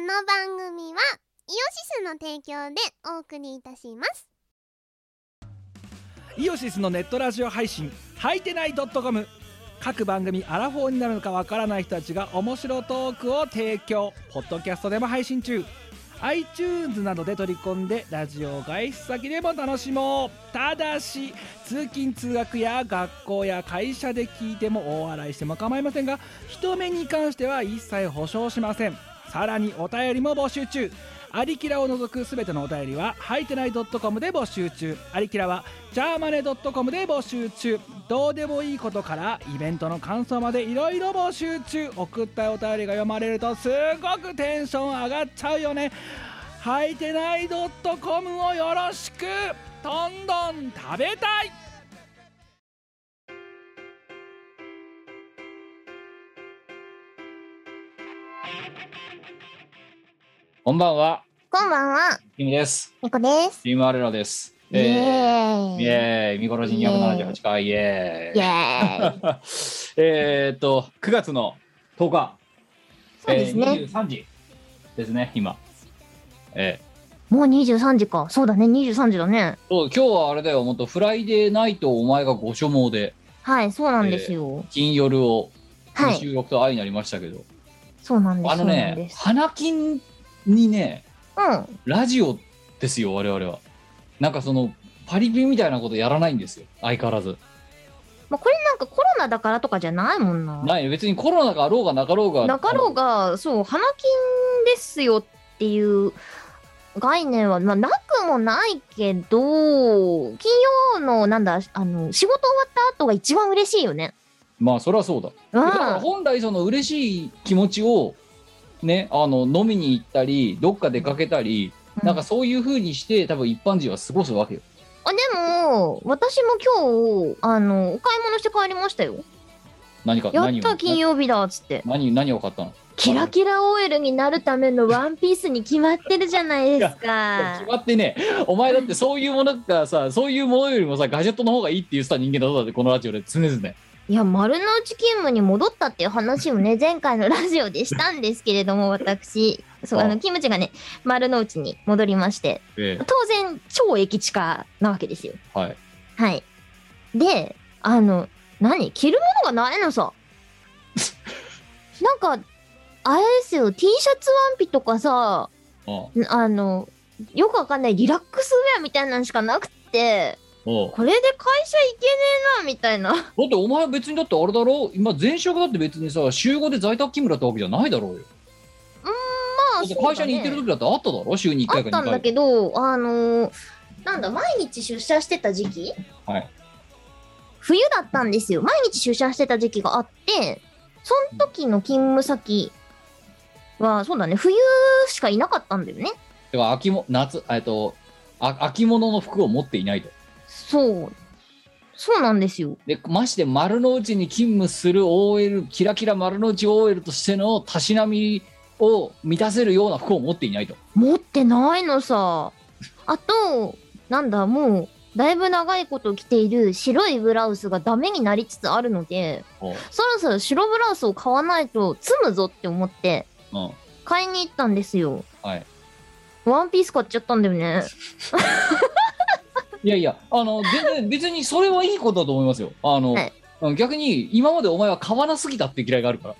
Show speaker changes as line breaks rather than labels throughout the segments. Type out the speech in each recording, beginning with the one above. の番組はイオシスの提供でお送りいたします
イオシスのネットラジオ配信「はいてない .com」各番組アラフォーになるのかわからない人たちが面白トークを提供ポッドキャストでも配信中 iTunes などで取り込んでラジオを外出先でも楽しもうただし通勤通学や学校や会社で聞いても大笑いしても構いませんが人目に関しては一切保証しませんさらにお便りも募集中アリキラを除くすべてのお便りは、はいてない .com で募集中。アリキラは、ジャーマネ .com で募集中。どうでもいいことから、イベントの感想までいろいろ募集中。送ったお便りが読まれると、すごくテンション上がっちゃうよね。はいてない .com をよろしくどんどん食べたい
こんばんは、
こんばんは
キムです。
みこです
チームアレロです。
イエーイ
イエーイ、見殺し278回、イエ
イ
ーイ。
エーイ
えーっと、9月の10日、
そうですね、
えー、23時ですね、今。え
もう23時かそうだね23時だね
ー、そう今日はあれだよ、もっとフライデーナイトお前がご所望で、
はいそうなんですよ、
金夜を
はい
収録と愛になりましたけど、
そうなんです
あの
そうなん
ね
で、す
花金にね、
うん
ラジオですよ、我々は。なんかその、パリピみたいなことやらないんですよ、相変わらず。
まあ、これなんかコロナだからとかじゃないもんな
ない別にコロナがあろうがなかろうが
なかろうが、そう、花金ですよっていう概念は、まあ、なくもないけど、金曜の、なんだ、あの、仕事終わった後が一番嬉しいよね。
まあそりゃそうだ,、
う
だ
ん。
から本来その嬉しい気持ちをねあの飲みに行ったりどっか出かけたり、なんかそういうふうにして多分一般人は過ごすわけよ
あ、でも、私も今日、あの、お買い物して帰りましたよ。
何か
や
何
っ
を
た、金曜日だ、っつって。
何何を買ったの
キラキラ OL になるためのワンピースに決まってるじゃないですか
決。まってねお前だってそういうものがさそういうものよりもさガジェットの方がいいって言ってた人間だぞだってこのラジオで常々
いや、丸の内勤務に戻ったっていう話をね、前回のラジオでしたんですけれども、私、そう、あ
あ
の、キムチがね、丸の内に戻りまして、
ええ
当然、超駅地下なわけですよ。
はい
はい。で、あの、何着るものがない のさ。なんか、あれですよ、T シャツワンピとかさ、
ああ
あの、よくわかんないリラックスウェアみたいなのしかなくて、
おう
これで会社行けねえな、みたいな。
だってお前別にだってあれだろ今前職だって別にさ週5で在宅勤務だったわけじゃないだろうよ
まあ、
だって
そうだ
会社に行って
ね
る時だってあっただろ週に1
あ
回
っ
か2回
たんだけど、あのーなんだ、毎日出社してた時期
はい
冬だったんですよ。毎日出社してた時期があって、その時の勤務先は、そうだね、冬しかいなかったんだよね。
てか秋も夏えっとあ秋物の服を持っていないと
そう。そうなんですよ。
でまして丸の内に勤務する OL キラキラ丸の内 OL としてのたしなみを満たせるような服を持っていないと
持ってないのさ。あと、なんだ、もう、だいぶ長いこと着ている白いブラウスがダメになりつつあるので、そろそろ白ブラウスを買わないと済むぞって思って、
うんは
買いに行ったんですよ。
い
ワンピース買っちゃったんだよね。
いやいやあの全然別にそれはいいことだと思いますよあの、
はい
うん逆に今までお前は買わなすぎたって嫌いがあるか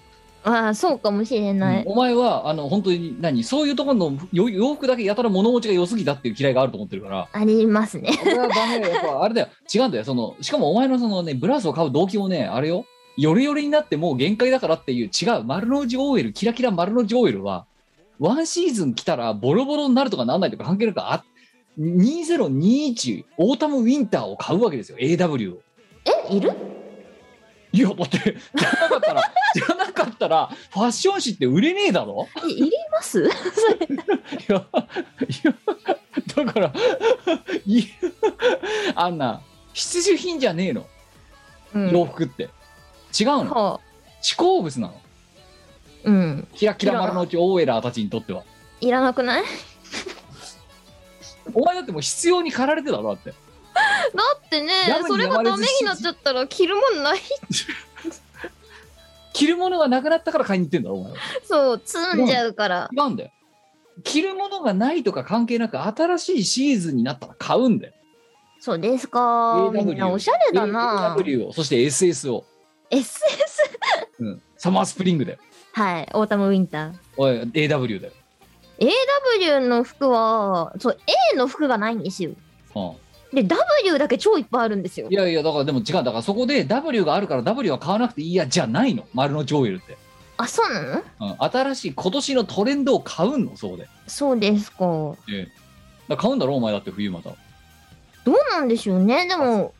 ら
ああ、そうかもしれない。
うんお前はあの本当に何そういうところのよ洋服だけやたら物持ちが良すぎたっていう嫌いがあると思ってるから
ありますね。
これはダメよやっぱあれだよ違うんだよそのしかもお前のそのねブラウスを買う動機もねあれよよりよりになってもう限界だからっていう違う丸の内オイルキラキラ丸の内オイルはワンシーズン来たらボロボロになるとかなんないとか関係なくあ2021オータムウィンターを買うわけですよ AW を
え、いる
いやだって じゃなかったらじゃなかったらファッション誌って売れねえだろ
えいります
いや、いや、だから、いやあんな、必需品じゃねえの、
うん。
洋服って。違うの、
はあ、
地好物なの。
うん。
キラキラ丸の内オーエラーたちにとっては。
いらな くないだ
お前だってもう必要に駆られてたろ、だって。
ってね
やぶ、に
それがダメになっちゃったら着るもんない。
着るものがなくなったから買いに行ってんだろ、お前は。
そう、積んじゃうから。
違うんだよ。着るものがないとか関係なく、新しいシーズンになったら買うんだよ。
そうですか。
AW
みんなおしゃれだな。
AW を、そして SS を、
SS?
うん、サマースプリングだよ。
はい、オータムウィンター。
おい AW だよ。
W の服は、そう、A の服がないんですよ。
うん
で、W だけ超いっぱいあるんですよ
い。やいや、だからでも違う、だからそこで W があるから W は買わなくていいやじゃないの、丸の上ウェルって、
あ、そうなの
うん。新しい今年のトレンドを買うの、そうで。
そうですか。ど
ええだから買うんだろ、お前だって冬また。
うなんでしょうね。でも、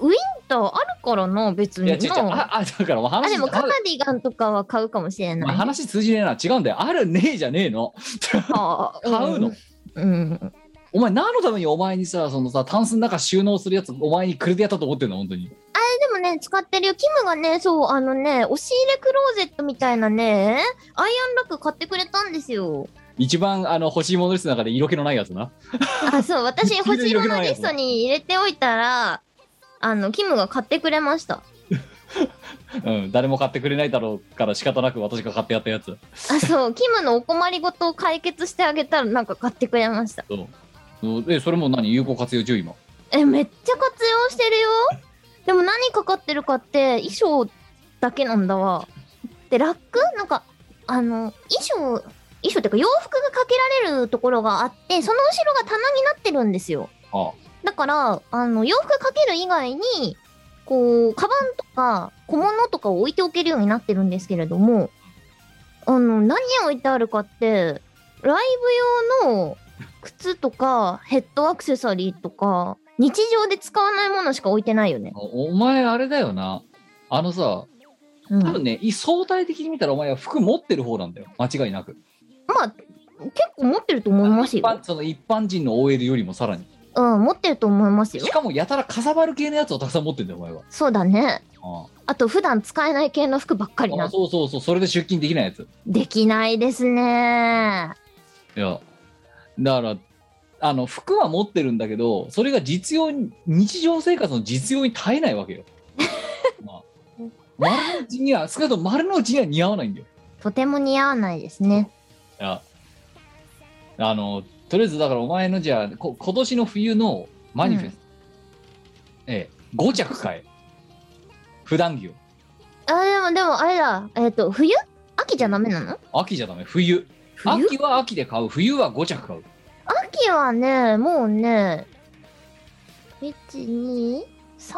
ウィンターあるからな、別
い
に
や、
な。
違う違う、あ、あだからもう
あ、
話
でもカ
あ
ーディガンとかは買うかもしれ
ま
な
あ
い。
話通じねえな、違うんだよ、あるねえじゃねえの。
あ
買うの。
うん。
お前、何のためにお前にさ、そのさ、タンスの中収納するやつ、お前にくれてやったと思ってんの、本当に。
でもね、使ってるよ。キムがね、そう、あのね、押し入れクローゼットみたいなね、アイアンラック買ってくれたんですよ。
一番あの欲しいものリストの中で色気のないやつな。
あ、そう、私、欲しいものリストに入れておいたら、あの、キムが買ってくれました。
うん、誰も買ってくれないだろうから仕方なく私が買ってやったやつ。
あ、そう、 キムのお困りごとを解決してあげたら、なんか買ってくれました。
うんで、それも何、有効活用中、今。
え、めっちゃ活用してるよ。でも何かかってるかって、衣装だけなんだわ。で、ラックなんか、あの、衣装、衣装っていうか洋服がかけられるところがあって、その後ろが棚になってるんですよ。
ああ
だから、あの、洋服かける以外に、こう、カバンとか小物とかを置いておけるようになってるんですけれども、あの、何を置いてあるかって、ライブ用の靴とかヘッドアクセサリーとか、日常で使わないものしか置いてないよね。
おお前あれだよなあのさ
うん、
多
ま
分ね、い相対的に見たらお前は服持ってる方なんだよ間違いなく
あ、結構持ってると思います
一
よ。
般その一般人の OL よりもさらに
うん、持ってると思いますよ
し。かもやたらかさばる系のやつをたくさん持ってんだよお前は
そうだね。
あ
あと、普段使えない系の服ばっかり
ああ
な。
そうそうそうそれで出勤できないやつ
できないですね。
いやだからあの服は持ってるんだけどそれが実用に日常生活の実用に耐えないわけ よ、まあ丸の内には少なくとも丸の内には似合わないんだよ
とても似合わないですね。
いやあのとりあえずだからお前のじゃあこ今年の冬のマニフェスト、ええ5着買え普段着を
あ、でも、でも、あれだ。えっ、と、冬秋じゃダメなの
秋じゃダメ冬
冬
秋は秋で買う冬は5着買う
秋はね、もうね、1、2、3?3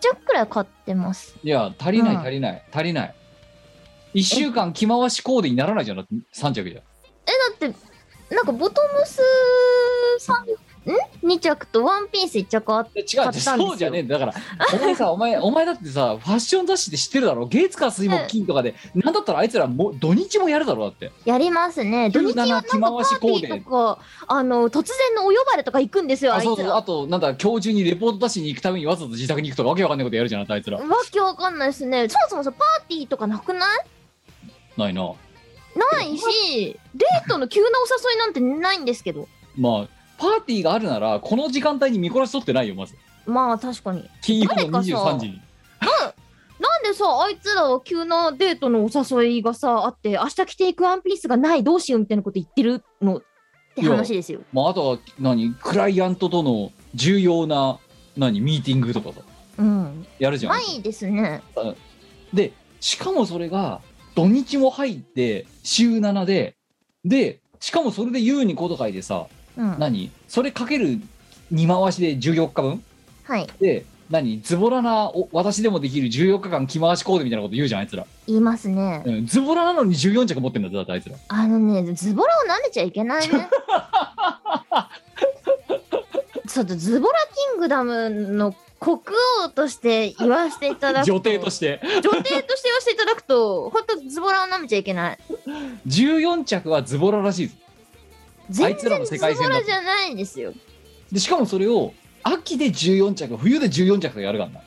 着くらい買ってます。
いや足りない
うん
足りない、足りない1週間着回しコーデにならないじゃんだって3着じゃん
え、だって、なんかボトムス3、ん ?2 着とワンピース1着あっ
で違う
買ったんですよ
そうじゃねえんだだから お前さお前お前だってさファッション雑誌で知ってるだろ月火水木金とかで、なんだったらあいつらもう土日もやるだろだって
やりますね。土日はなんかパ
17
ーティーとか、あの、突然のお呼ばれとか行くんですよ、あ
あ
い
そう
つ
そう
ら。
あ
わ
となんだ今日中にレポート出しに行くためにわざわざ自宅に行くとかわけわかんないことやるじゃんあんたあいつら
けわかんないですね。そもそもさ、パーティーとかなくない
ないな
な いし、デートの急なお誘いなんてないんですけど。
まあパーティーがあるならこの時間帯に見殺し取ってないよまず
まあ確かに。
金曜
誰
の
かさ
23時に
なんでさ、あいつらは急なデートのお誘いがさ、あって、明日着ていくワンピースがない、どうしようみたいなこと言ってるのって話ですよ。
まああとは何クライアントとの重要な何ミーティングとかさ
うん。
やるじゃん、
ないですね。
でしかもそれが土日も入って週7ででしかもそれで優にコード書いてさ
うん。
何それかける2回しで14日分
はい。
で何ズボラなお私でもできる14日間着回しコーデみたいなこと言うじゃんあいつら、
言いますね。
うん、ズボラなのに14着持ってんだぜだってあいつら
あのね、ズボラを舐めちゃいけない ね。ちょっとズボラキングダムの国王として言わせていただくと。
女帝として
女帝として言わせていただくと、本当ズボラを舐めちゃいけない。
14着はズボラらしいですあ
全
いつらの
然
世
ズ
界
ボ
線だ
ラ
と
じゃないんですよ。
でしかもそれを秋で14着冬で14着とかやるからな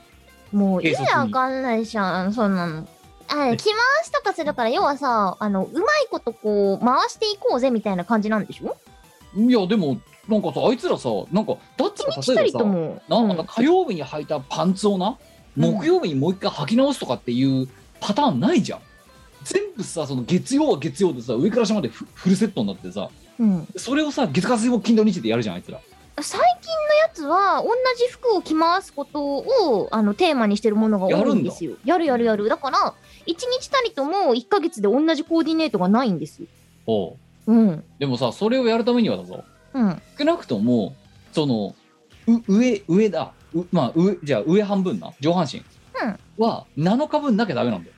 もう意
軽率
味
に
わかんないじゃん、そんなの。あれ、
ね
着回しとかするから、要はさ、あの、うまいことこう、回していこうぜみたいな感じなんでしょ
いやでもなんかさあいつらさなんかだったら
ぴった
例え
り
ば
と
さ
も。
なんか
う
な火曜日に履いたパンツをな、
うん
木曜日にもう一回履き直すとかっていうパターンないじゃん。全部さその月曜は月曜でさ上から下までフフルセットになってさ
うん、
それをさ月火水木金土日でやるじゃんあいつら
最近のやつは同じ服を着回すことをあのテーマにしてるものが多いんですよやるやるやるだから1日たりとも1ヶ月で同じコーディネートがないんですよ
おう
うん
でもさそれをやるためにはだぞ
うん
少なくともそのう上上だうまあ上じゃあ上半分な上半身は7日分なきゃダメなんだよ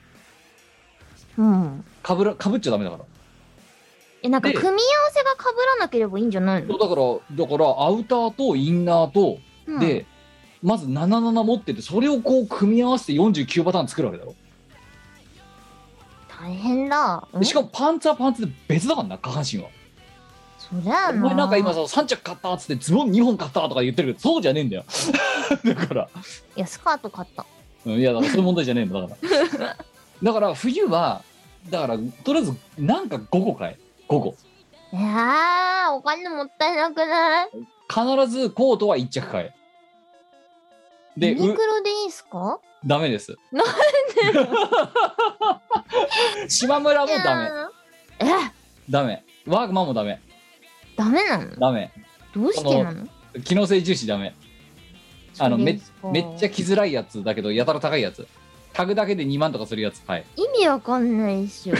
うん
かぶらかぶっちゃダメだから
えなんか
で
組み合わせが被らなければいいんじゃない
そう
の、
だからだからアウターとインナーと
うん、
で、まず77持っててそれをこう組み合わせて49パターン作るわけだろ
大変だ
でしかもパンツはパンツで別だからな下半身は
そりゃあ
お前なんか今さ3着買ったっつってズボン2本買ったとか言ってるけどそうじゃねえんだよ だから、
いやスカート買った
うん、いやだからそういう問題じゃねえんだだからだ から冬はだからとりあえずなんか5個買え5個
いやーお金もったいなくない
必ずコートは1着買えで
ユニ
う
クロでいいんすか
ダメです
なん
で 島村もダメ
メえ
ダメワークマンもダメ
ダメなの
ダメ
どうしてなの
機能性重視ダメあのめ
そう
め
です
っ
か
ちゃ着づらいやつだけどやたら高いやつタグだけで2万とかするやつはい
意味わかんないっしょ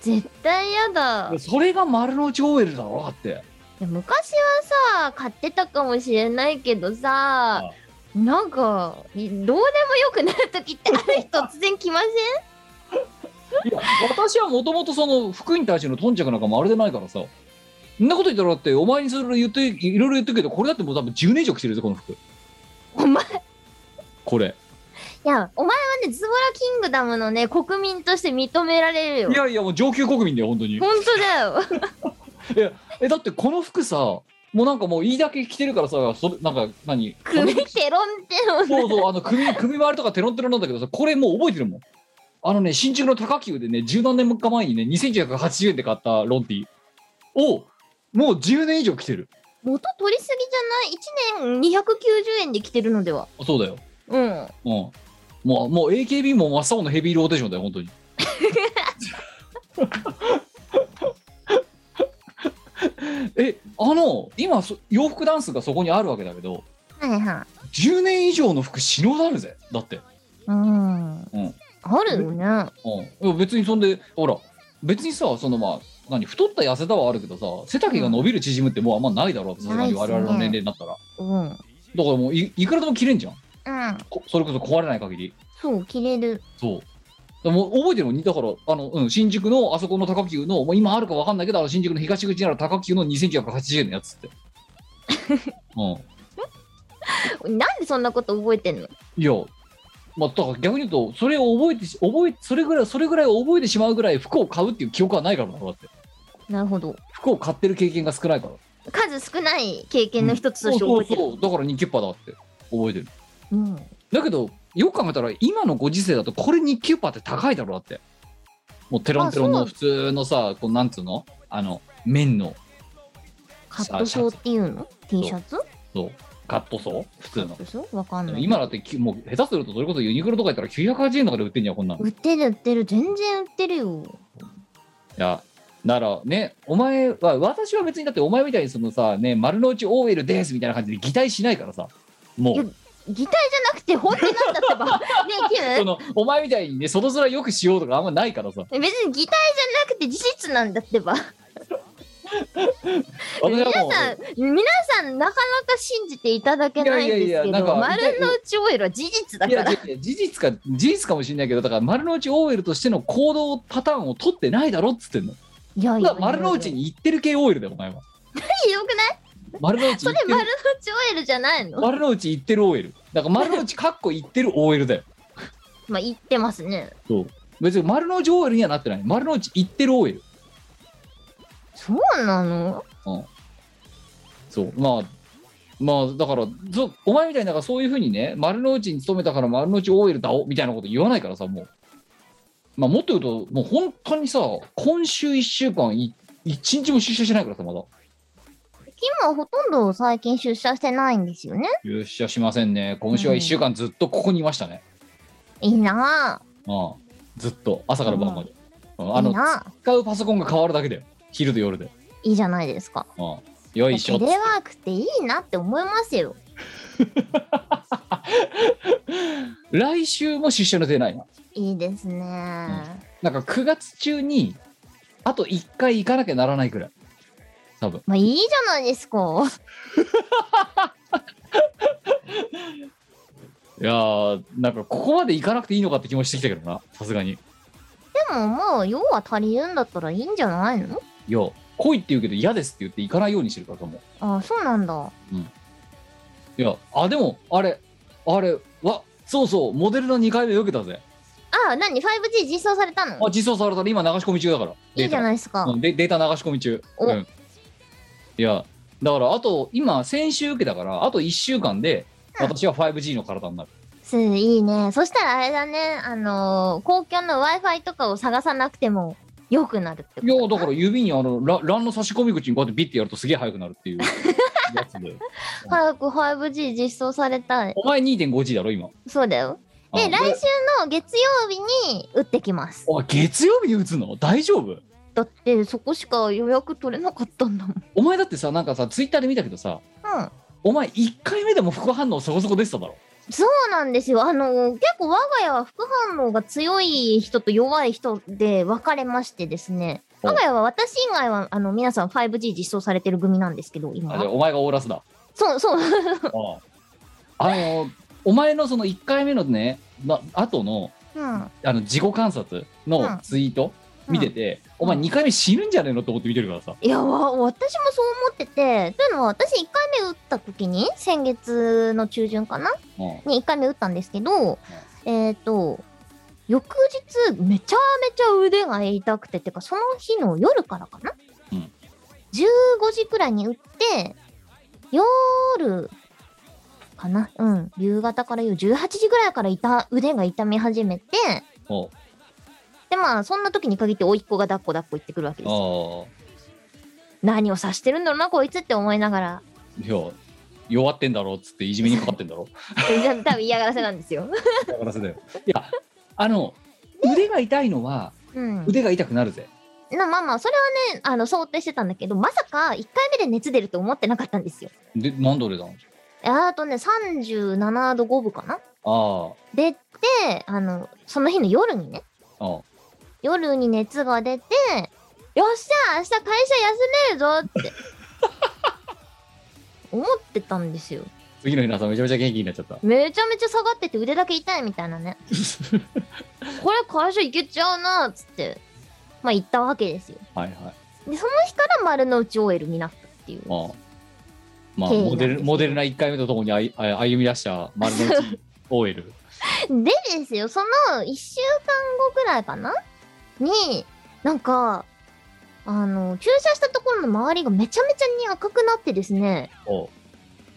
絶対やだい
それが丸の内 OL だろだって
や昔はさ買ってたかもしれないけどさなんかいどうでもよくなる時ってある日突然来ません
いや私はもともとその服に対しての頓着なんかまるでないからさそんなこと言ったらだってお前にそれ言っていろいろ言ってるけどこれだってもう多分10年以上着てるぞこの服
お前い
これ
やお前はねズボラキングダムのね国民として認められるよ
いやいやもう上級国民だよ本当に
本当だよ
えだってこの服さもうなんかもういいだけ着てるからさそれなんか何
首テロンテロン
そうそう、あの首、首周りとかテロンテロンなんだけどさ、これもう覚えてるもん。あのね、新宿の高級でね、十何年か前にね、2980円で買ったロンティを、もう10年以上着てる。
元取りすぎじゃない1年290円で着てるのでは
そうだよ。
うん
うん。もう、もう AKB も真っ青のヘビーローテーションだよ、本当 に。え、あの、今、そ洋服ダンスがそこにあるわけだけど、
はいはい
10年以上の服、死のうなるぜ。だって。
う
う
ん
ん
ある
う
よね
んいや、別にそんでほら別にさそのまあ何太った痩せたはあるけどさ背丈が伸びる縮むってもうあんまないだろうさすがに
ないっ
我
すね
々の年齢になったら
うんうん
だからもういいくらでも着れんじゃんこそれこそ壊れない限り
そう着れる
そうでも覚えてるのだからあの、うん、新宿のあそこの高級のもう今あるかわかんないけどあの新宿の東口にある高級の2980円のやつって うん
なんでそんなこと覚えてんの
いや、まあ、だから逆に言うと、それを覚えてし、覚え、それぐらい、それぐらい覚えてしまうぐらい服を買うっていう記憶はないからな、だって。
なるほど
服を買ってる経験が少ないから。
数少ない経験の一つとして
そ
覚
う
えてる
そうそうだから日記っぱだって覚えてる
うん
だけどよく考えたら今のご時世だとこれ日記っぱって高いだろだってもうテロンテロン
あそ
の
う
普通のさこうなんつうのあの綿の
カットソーっていうの T シャツ
そうカットソー普通
カ
の
ットソーわかんない
今だってきもう下手するとそれこそユニクロとかやったら980円とかで売ってんじゃんこんなのい
売ってる売ってる全然売ってるよ
やならねお前は私は別にだってお前みたいにそのさね丸の内 OL ですみたいな感じで擬態しないからさもう
いや擬態じゃなくて本気なんだ ってばねえ
そのお前みたいにね外面よくしようとかあんまないからさ
キム別に擬態じゃなくて事実なんだってば
私
皆
は
さ
もうん
皆さんなかなか信じていただけないんですけど
いやいやいやなんか
丸の内オイルは事実だ
い
か
や
ら
いやいや事実か事実かもしれないけどだから丸の内 OL としての行動パターンを取ってないだろっつってんの
いやい
だから丸の内に行ってる系 OL だよお前は
よくない
丸の内
そ
行
れ
って
丸
る
の内オイルじゃない の
丸の内行ってる OL だから丸の内かっこ行ってる OL だよ
まあ言ってますね
そう別に丸の内 OL にはなってない丸の内行ってる OL
そうなの
そうまあまあだからそお前みたいになんかそういうふうにね丸の内に勤めたから丸の内 OL だおみたいなこと言わないからさもうまあもっと言うともう本当にさ今週1週間い一日も出社してないからさまだ
今ほとんど最近出社してないんですよね
出社しませんね今週は
うん
1週間ずっとここにいましたね、
いいなぁ
ああずっと朝から晩まで、うんあ
いい
の
な。
使うパソコンが変わるだけだよ昼と夜で、
いいじゃないですか。
うん、よいしょ
テレワークっていいなって思いますよ。
来週も出社の出ないない
いですね。
なんか9月中にあと1回行かなきゃならないくらい多分
まあいいじゃないですか。
いやーなんかここまで行かなくていいのかって気もしてきたけどなさすがに
でもまあ、要は足りるんだったらいいんじゃないの
いや来いって言うけど嫌ですって言って行かないようにしてるからも
ああ、そうなんだ。
ういやあでもあれあれわそうそうモデルの2回目受けたぜ
ああ、何 ?5G 実装されたの
あ実装されたら今流し込み中だから
いいじゃないですか。
うん、でデータ流し込み中、
お
うん、いやだからあと今先週受けたからあと1週間で
うん
私は 5G の体になる、
すいいね。そしたらあれだね、あのー公共の Wi-Fi とかを探さなくても良くなるってこと。
いやだから指にあのラランの差し込み口にこうやってビッてやるとすげえ速くなるっていうやつで
早く 5G 実装されたい。
お前 2.5G だろ今
そうだよ。
あ
で、来週の月曜日に打ってきます。
おい月曜日に打つの大丈夫
だって、そこしか予約取れなかったんだもん。
お前だってさなんかさツイッターで見たけどさ
うん。
お前1回目でも副反応そこそこ出てただろ
そうなんですよ。あの、結構我が家は副反応が強い人と弱い人で分かれましてですね。
お
我が家は私以外は、あの、皆さん 5G 実装されてる組なんですけど、
あじゃあ
今。
お前がオーラスだ
そう、そう。
ああのお前のその1回目のねな後の
うん。
あの自己観察のツイート見てて、
うん
お前2回目死ぬんじゃねえのと思って見てるからさ、
いや、わ私もそう思ってて、というのは私1回目打った時に、先月の中旬かな
うん
に1回目打ったんですけど、えっ、と、翌日、めちゃめちゃ腕が痛くて、てか、その日の夜からかな、
うん、
?15 時くらいに打って、夜かなうん、夕方から夜18時くらいから痛腕が痛み始めて、
お
で、まあ、そんな時に限って、甥っ子が抱っこ抱っこ言ってくるわけですよ。
あ
何を指してるんだろうな、こいつって思いながら、
あいや弱ってんだろっつっていじめにかかってん だろ
多分嫌がらせなんで すよ。
嫌がらせだよいやあの腕が痛いのは
うん。
腕が痛くなるぜ
なまあまあ、それはね、あの、想定してたんだけど、まさか1回目で熱出ると思ってなかったんですよ。
で何度でだの
えあとね、37度5分かな
あ
出て、あの、その日の夜にね、
あああ
夜に熱が出て、よっしゃ明日会社休めるぞって 思ってたんですよ。
次の日の朝めちゃめちゃ元気になっちゃった
めちゃめちゃ下がってて腕だけ痛いみたいなね。これ会社行けちゃうなっつって、まあ行ったわけですよ。
はいはい
で、その日から丸の内 OL になったっていう。
ああまあ
経緯なん
モデ
です
ル
ね
モデルな1回目とともにあいあ歩み出した丸の 内 OL
でですよ、その1週間後くらいかなに、なんか、あの、注射したところの周りがめちゃめちゃに赤くなってですね、
おう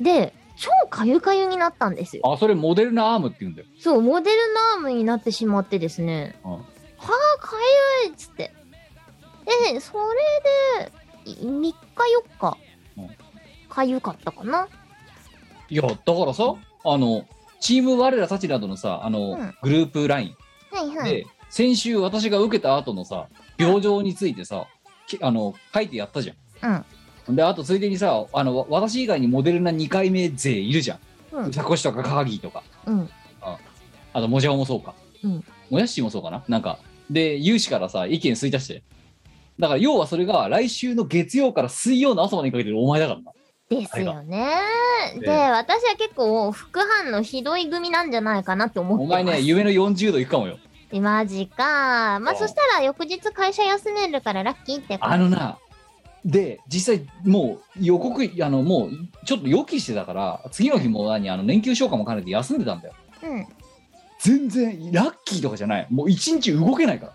で、超かゆかゆになったんですよ。
あそれモデルなアームって言うんだよ
そう、モデルナームになってしまってですね、
うん
はあ、かゆいっつって。で、それで、い3日4日
うん、
かゆかったかな。
いやだからさあのチーム我らたちなどのさあの、
うん
グループ LINE
はいはい。
で先週私が受けた後のさ病状についてさきあの書いてやったじゃん。であとついでにさあのわ私以外にモデルな2回目勢いるじゃん。
うん
ザコシとかカーギーとか
うん。
あともじゃおもそうか、
うん
もやっしーもそうかななんかで有志からさ意見吸い出してだから要はそれが来週の月曜から水曜の朝までにかけてるお前だからな。
ですよね。
ええ
で、私は結構副反応ひどい組なんじゃ ないかなって思って
お
ます。
前ね夢の40度いくかもよ。
マジか。まあ、
うん
そしたら翌日会社休めるからラッキーってこと
あのな、で、実際、もう予告、あのもうちょっと予期してたから、次の日も何、あの連休消化も兼ねて休んでたんだよ。
うん。え、
全然、ラッキーとかじゃない。もう一日動けないから。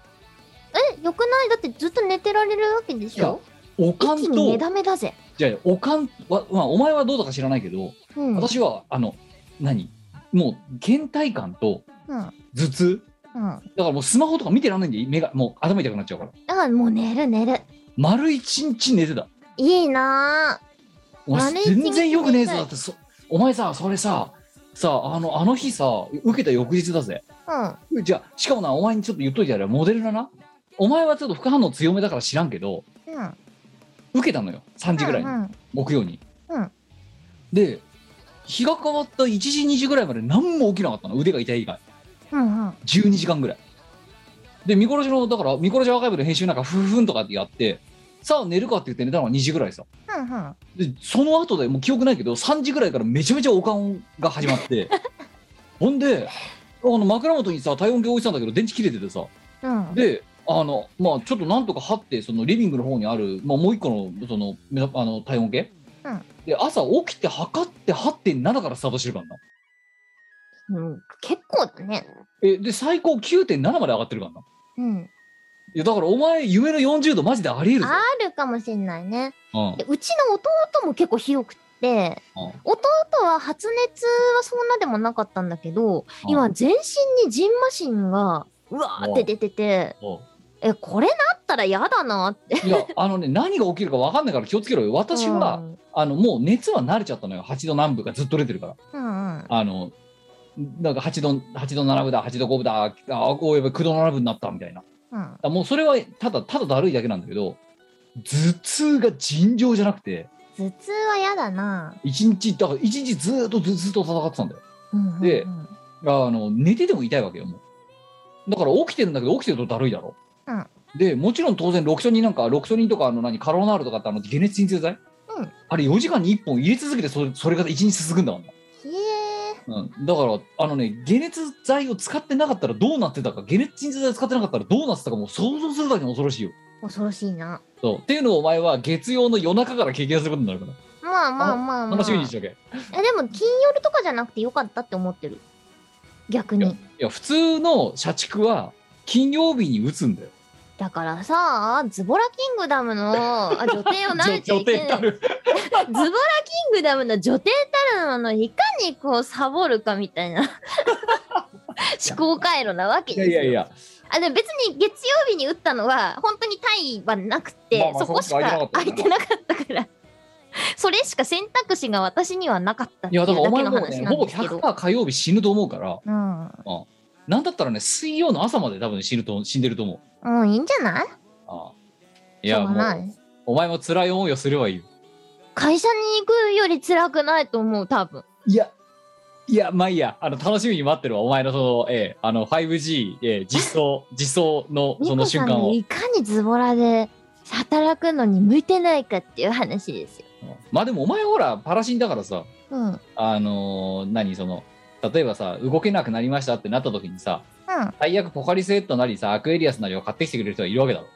よくないだってずっと寝てられるわけでしょ
おかん
一気に寝
と、
だめだぜ。
じゃあおかんわまあ、お前はどうだか知らないけど、
うん。
私は、あの、何、もう倦怠感と
うん。うん。
頭痛、
あ
だからもうスマホとか見てらんないんで、目が、もう頭痛くなっちゃうから。
もう寝る寝る。
丸一日寝てた。
いいな
お前
丸一日
全然よくねえ
寝
ぞ
たい
だってそお前さそれささあのあの日さ受けた翌日だぜ
うん。
じゃあしかもなお前にちょっと言っといてやるよモデルだなお前はちょっと副反応強めだから知らんけど
うん。
受けたのよ3時ぐらいに、
うん。
木曜に、
うん
で日が変わった1時2時ぐらいまで何も起きなかったの腕が痛い以外
うん。うん
12時間ぐらいで見殺しのだから見殺しアーカイブの編集なんかふふんとかってやってさあ寝るかって言って寝たのが2時ぐらいさ
うん。
でその後でもう記憶ないけど3時ぐらいからめちゃめちゃおかんが始まって ほんであの枕元にさ体温計置いてたんだけど電池切れててさ
うん。
であのまあちょっとなんとか張ってそのリビングの方にある、まあ、もう一個のそのめあの体温計、
うん
で朝起きて測って8.7からスタートしてるからな
うん。結構だね。
えで最高9.7まで上がってるからな
うん。
いやだからお前夢の40度マジでありえるぞ
あるかもしんないね。
うん
で、うちの弟も結構ひどくって、
うん
弟は発熱はそんなでもなかったんだけど、今全身にジンマシンが、うわーって出てて、
うん
え、これなったら嫌だなって。
いやあのね何が起きるか分かんないから気をつけろよ私は、
うん、
あのもう熱は慣れちゃったのよ8度南部がずっと出てるから
うんうん。
あのなんか8度8度7分だ8度5分だあこうやばい9度7分になったみたいなだか
うん。
らもうそれはただただだるいだけなんだけど頭痛が尋常じゃなくて
頭痛は嫌だな。
一日だから一日ずーっと頭痛と戦ってたんだよ
うんうんうん
であの寝てても痛いわけよもうだから起きてるんだけど起きてるとだるいだろ、
うん
でもちろん当然ロキソニンなんかロキソニンとかあの何カロナールとかってあの解熱鎮痛剤、
うん
あれ4時間に1本入れ続けてそれそれが1日続くんだもん、
ひえ
うん、だからあのね解熱剤を使ってなかったらどうなってたか解熱鎮痛剤を使ってなかったらどうなってたかもう想像するだけで恐ろしいよ
ー、恐ろしいな。
そうっていうのをお前は月曜の夜中から経験することになるから、
まあまあまあまあ。
楽しみにしとけい
えでも金曜日とかじゃなくてよかったって思ってる逆に
や普通の社畜は金曜日に打つんだよ
だからさズボラキングダムのあ女帝を舐めちゃいけ
手
ないズボラキングダムの女帝たるものいかにこうサボるかみたい な思考回路なわけ
い
で
や
す
い
よ
やいや
あでも別に月曜日に打ったのは本当に大意はなくて、
まあまあ
そこしか
そこ
空
し
い
か
てなかったから それしか選択肢が私にはなかったっ
い
ていう
やだから
だ
お
け
前
の
もう
話
ね
な
ほ
ん
ぼ
ですけど、
100%火曜日死ぬと思うから
うん
なんだったらね水曜の朝まで多分死ぬと死んでると思う
うんいいんじゃない
ああい
し
や
ょうが
も
な
う
い
お前も辛い思いをすればいいよ
会社に行くより辛くないと思う多分
いやいやまあいいやあの楽しみに待ってるわお前のそのええあの 5G、ええ、実装実装のそ
ニ
の
コさ
瞬
ん
間を
にいかにズボラで働くのに向いてないかっていう話ですよ
うんまあでもお前ほらパラシンだからさ
うんうん
あのー何その例えばさ動けなくなりましたってなった時にさ最悪ポカリスエットなりさアクエリアスなりを買ってきてくれる人がいるわけだろ、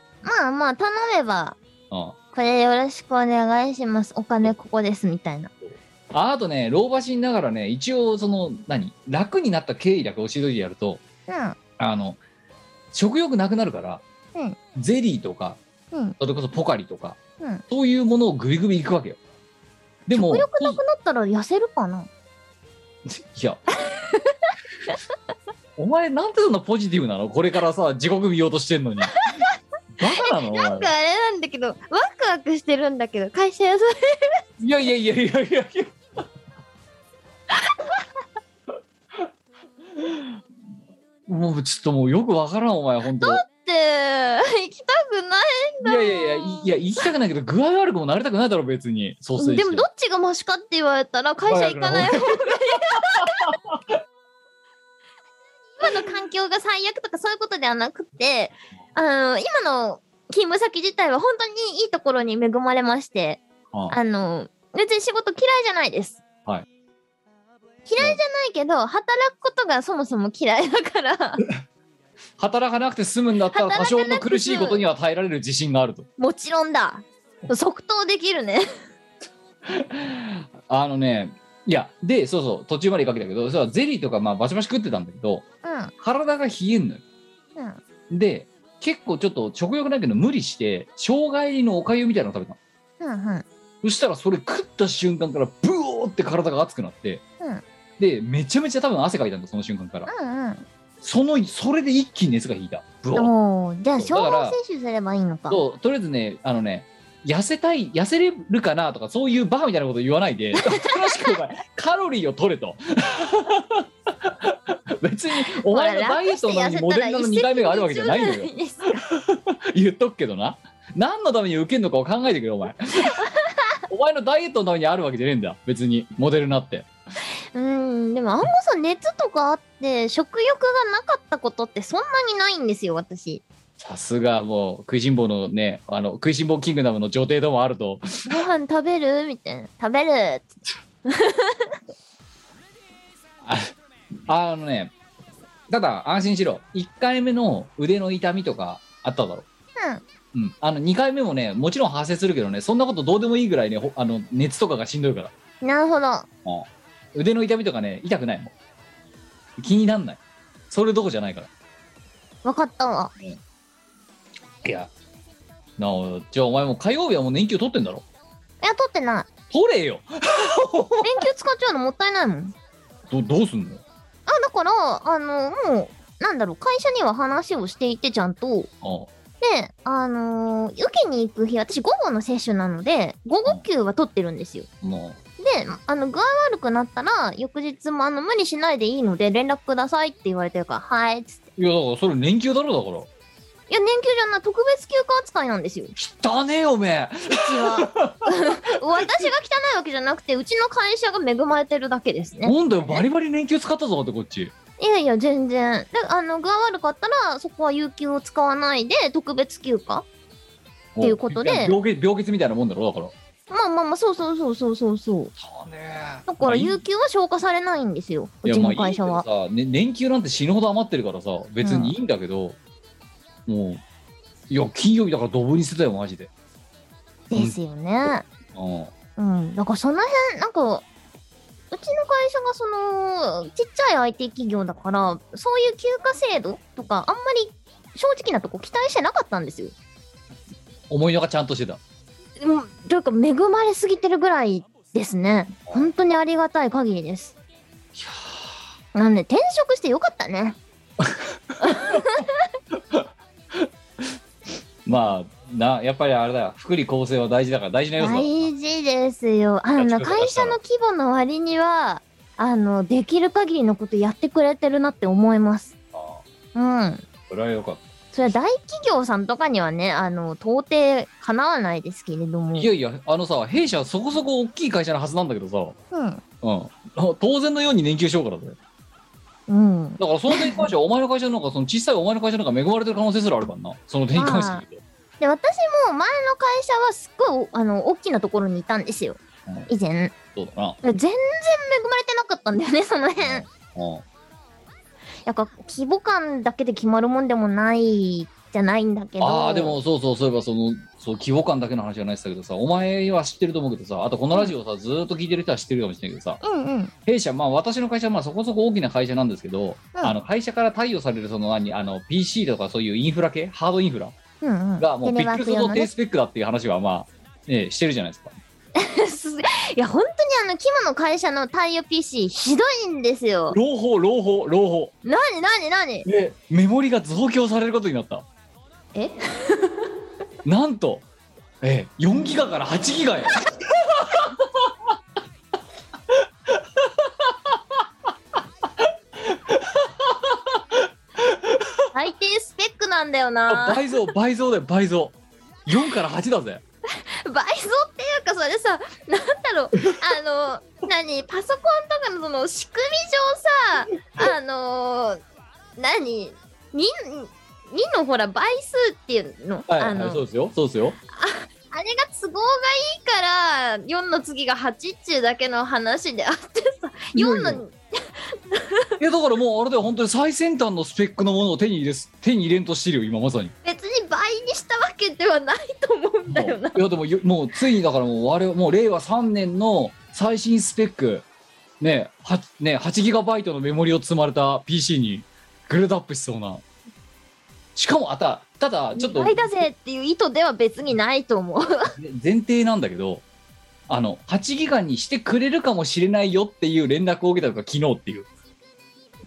まあまあ頼めば
うん、
これよろしくお願いしますお金ここですみたいな
ああとね、老婆心ながらね、一応、その、何、楽になった経緯だけ教えといてやると、
う
あの、食欲なくなるから、
うん
ゼリーとか、
んうん
それこそポカリとか、
うん
そういうものをぐびぐびいくわけよ。でも、
食欲なくなったら痩せるかない
や、 お前、なんてそんなポジティブなのこれからさ、地獄見ようとしてんのに。バカなのお前
なんかあれなんだけどワクワクしてるんだけど会社休
いやいやいやいやいやいや。もうちょっともうよくわからんお前本当。い
みって行きたくな
やいやいやいいや行きたくないけど具合悪くもなりたくないだろ別にソーセー
い
ジ
でもどっちがマシかって言われたら会社行かない方がいい今の環境が最悪とかそういうことではなくてあの今の勤務先自体は本当にいいところに恵まれまして
あ
あの別に仕事嫌いじゃないです、
はい
嫌いじゃないけど働くことがそもそも嫌いだから
働かなくて済むんだったら多
働かな
少
くて
の苦しいことには耐えられる自信があると
もちろんだ即答できるね
あのねいやでそうそう途中までかけたけどそうゼリーとかまあバシバシ食ってたんだけど
うん
体が冷えんのよ
うん
で結構ちょっと食欲ないけど無理して生姜入りのおかゆみたいなの食べたの
うんうん
そしたらそれ食った瞬間からブオーって体が熱くなって、
うん
でめちゃめちゃ多分汗かいたんだその瞬間から
うん
そのそれで一気に熱が引いたブオ
うん
ー
もうじゃあ
そう
消
だから
防摂取すればいいのか
そうとりあえずねあのね痩せたい痩せれるかなとかそういうバカみたいなこと言わないで楽しくお前カロリーを取れと 別にお前のダイエットなのにモデルナの2回目があるわけじゃないのよ
よ。
言っとくけどな何のために受けるのかを考えてくれお前お前のダイエットのためにあるわけじゃねえんだ別にモデルナって
うん、でもあんまさ、熱とかあって、食欲がなかったことってそんなにないんですよ、私。
さすがもう食いしん坊のねあの食いしん坊キングダムの女帝どもあると
ご飯食べるみたいな。食べるっつって
あのねただ安心しろ1回目の腕の痛みとかあっただろう、うん、あの2回目もねもちろん発生するけどねそんなことどうでもいいぐらいねほあの熱とかがしんどいから
うん。なるほど。
腕の痛みとかね痛くないもん気になんないそれどこじゃないから
わかったわ。
いやなおじゃあお前もう火曜日はもう年休取ってんだろ
いや、取ってない。
取れよ
連休使っちゃうのもったいないもん。
どどうすんの
あ、だから、あの、もう、なんだろう、会社には話をしていて、ちゃんと。
あ
で、あのー受けに行く日、私午後の接種なので、午後休は取ってるんですよ。
あも
で、あの、具合悪くなったら、翌日もあの、無理しないでいいので、連絡くださいって言われてるから、はい、つって。
ういやだからそれ年休だろだから
いや、年休じゃない、特別休暇扱いなんですよ、うち
汚ねえおめえ
は。私が汚いわけじゃなくて、うちの会社が恵まれてるだけですね。
なんだよバリバリ年休使ったぞってこっち
いやいや、全然。で、あの、具合悪かったら、そこは有給を使わないで、特別休暇
って
いうことで
病気病欠みたいなもんだろだから
まあまあまあ、そうそうそうそうそうそう。
汚ねえ
だから、有給は消化されないんですよ、うちの会社は。
いやまあいいけどさ、ね、年休なんて死ぬほど余ってるからさ別にいいんだけど、もういや金曜日だからドブに捨てたよマジでいい
ですよね。
うん
うん。だからその辺、なんか、うちの会社がその、ちっちゃい IT 企業だから、そういう休暇制度とか、あんまり正直なとこ期待してなかったんですよ。
思いのがちゃんとしてた
もう、というか恵まれすぎてるぐらいですね。本当にありがたい限りです。なんで、転職してよかったね。
まあなやっぱりあれだよ福利厚生は大事だから大事な要素だ
大事ですよ。あ
いや
の、
ちょっと
会社の規模の割には、あの、できる限りのことやってくれてるなって思います。
あ
うん。
あそれはよかっ
それは大企業さんとかにはね、あの、到底かなわないですけれど
た
も。
いやいやあのさ弊社そこそこ大きい会社のはずなんだけどさ、
うん。
うん、当然のように年休しようからだよ
うん。
だからその点に関してはお前の会社の方がその小さいお前の会社の方が恵まれてる可能性すらあるからなその点に関して言う
で、私も前の会社はすっごい、あの、大きなところにいたんですよ
うん。
以前。
とそうだな
全然恵まれてなかったんだよね、その辺。
うん
やっぱ、規模感だけで決まるもんでもないじゃないんだけど。
ああで。もそうそうそういえばそのそう規模感だけの話じゃないって言ってたけどさお前は知ってると思うけどさあとこのラジオさずーっと聞いてる人は知ってるかもしれないけどさ
うんうん。
弊社まあ私の会社はまあそこそこ大きな会社なんですけど、
うん
あの会社から貸与されるその何あの PC とかそういうインフラ系ハードインフラ
うんうん。
がもうピ
テレ
ッ
ワ
クル
ーク
ス
用
の
の
低
ね。
スペックだっていう話はまあ、ね、してるじゃないですか。
いや、本当にあの、規模の会社の対応 PC、ひどいんですよ。
朗報朗報朗報
なになになに
でメモリが増強されることになった
え
なんと、ええ、4ギガから8ギガへ
最低スペックなんだよ な。
倍増倍増だよ倍増4から8だぜ
倍増っていうかそれさなんだろうあの何パソコンとかのその仕組み上さあの何2のほら倍数っていうの,、
はい、
あの
はい、そうですよそうですよ
あれが都合がいいから4の次が8っていうだけの話であってさ4の、
いやいいやだからもうあれだよ本当に最先端のスペックのものを手に入れす手に入れんとしてるよ今まさに
別に倍にしたわけではないと思うん だよな。
いやでもよもうついにだからもう我々もう令和3年の最新スペックねはね8ギガバイトのメモリを積まれた PC にグレードアップしそうなしかもあたただちょっと
倍だぜっていう意図では別にない と思う。
前提なんだけどあの8ギガにしてくれるかもしれないよっていう連絡を受けたのが昨日っていう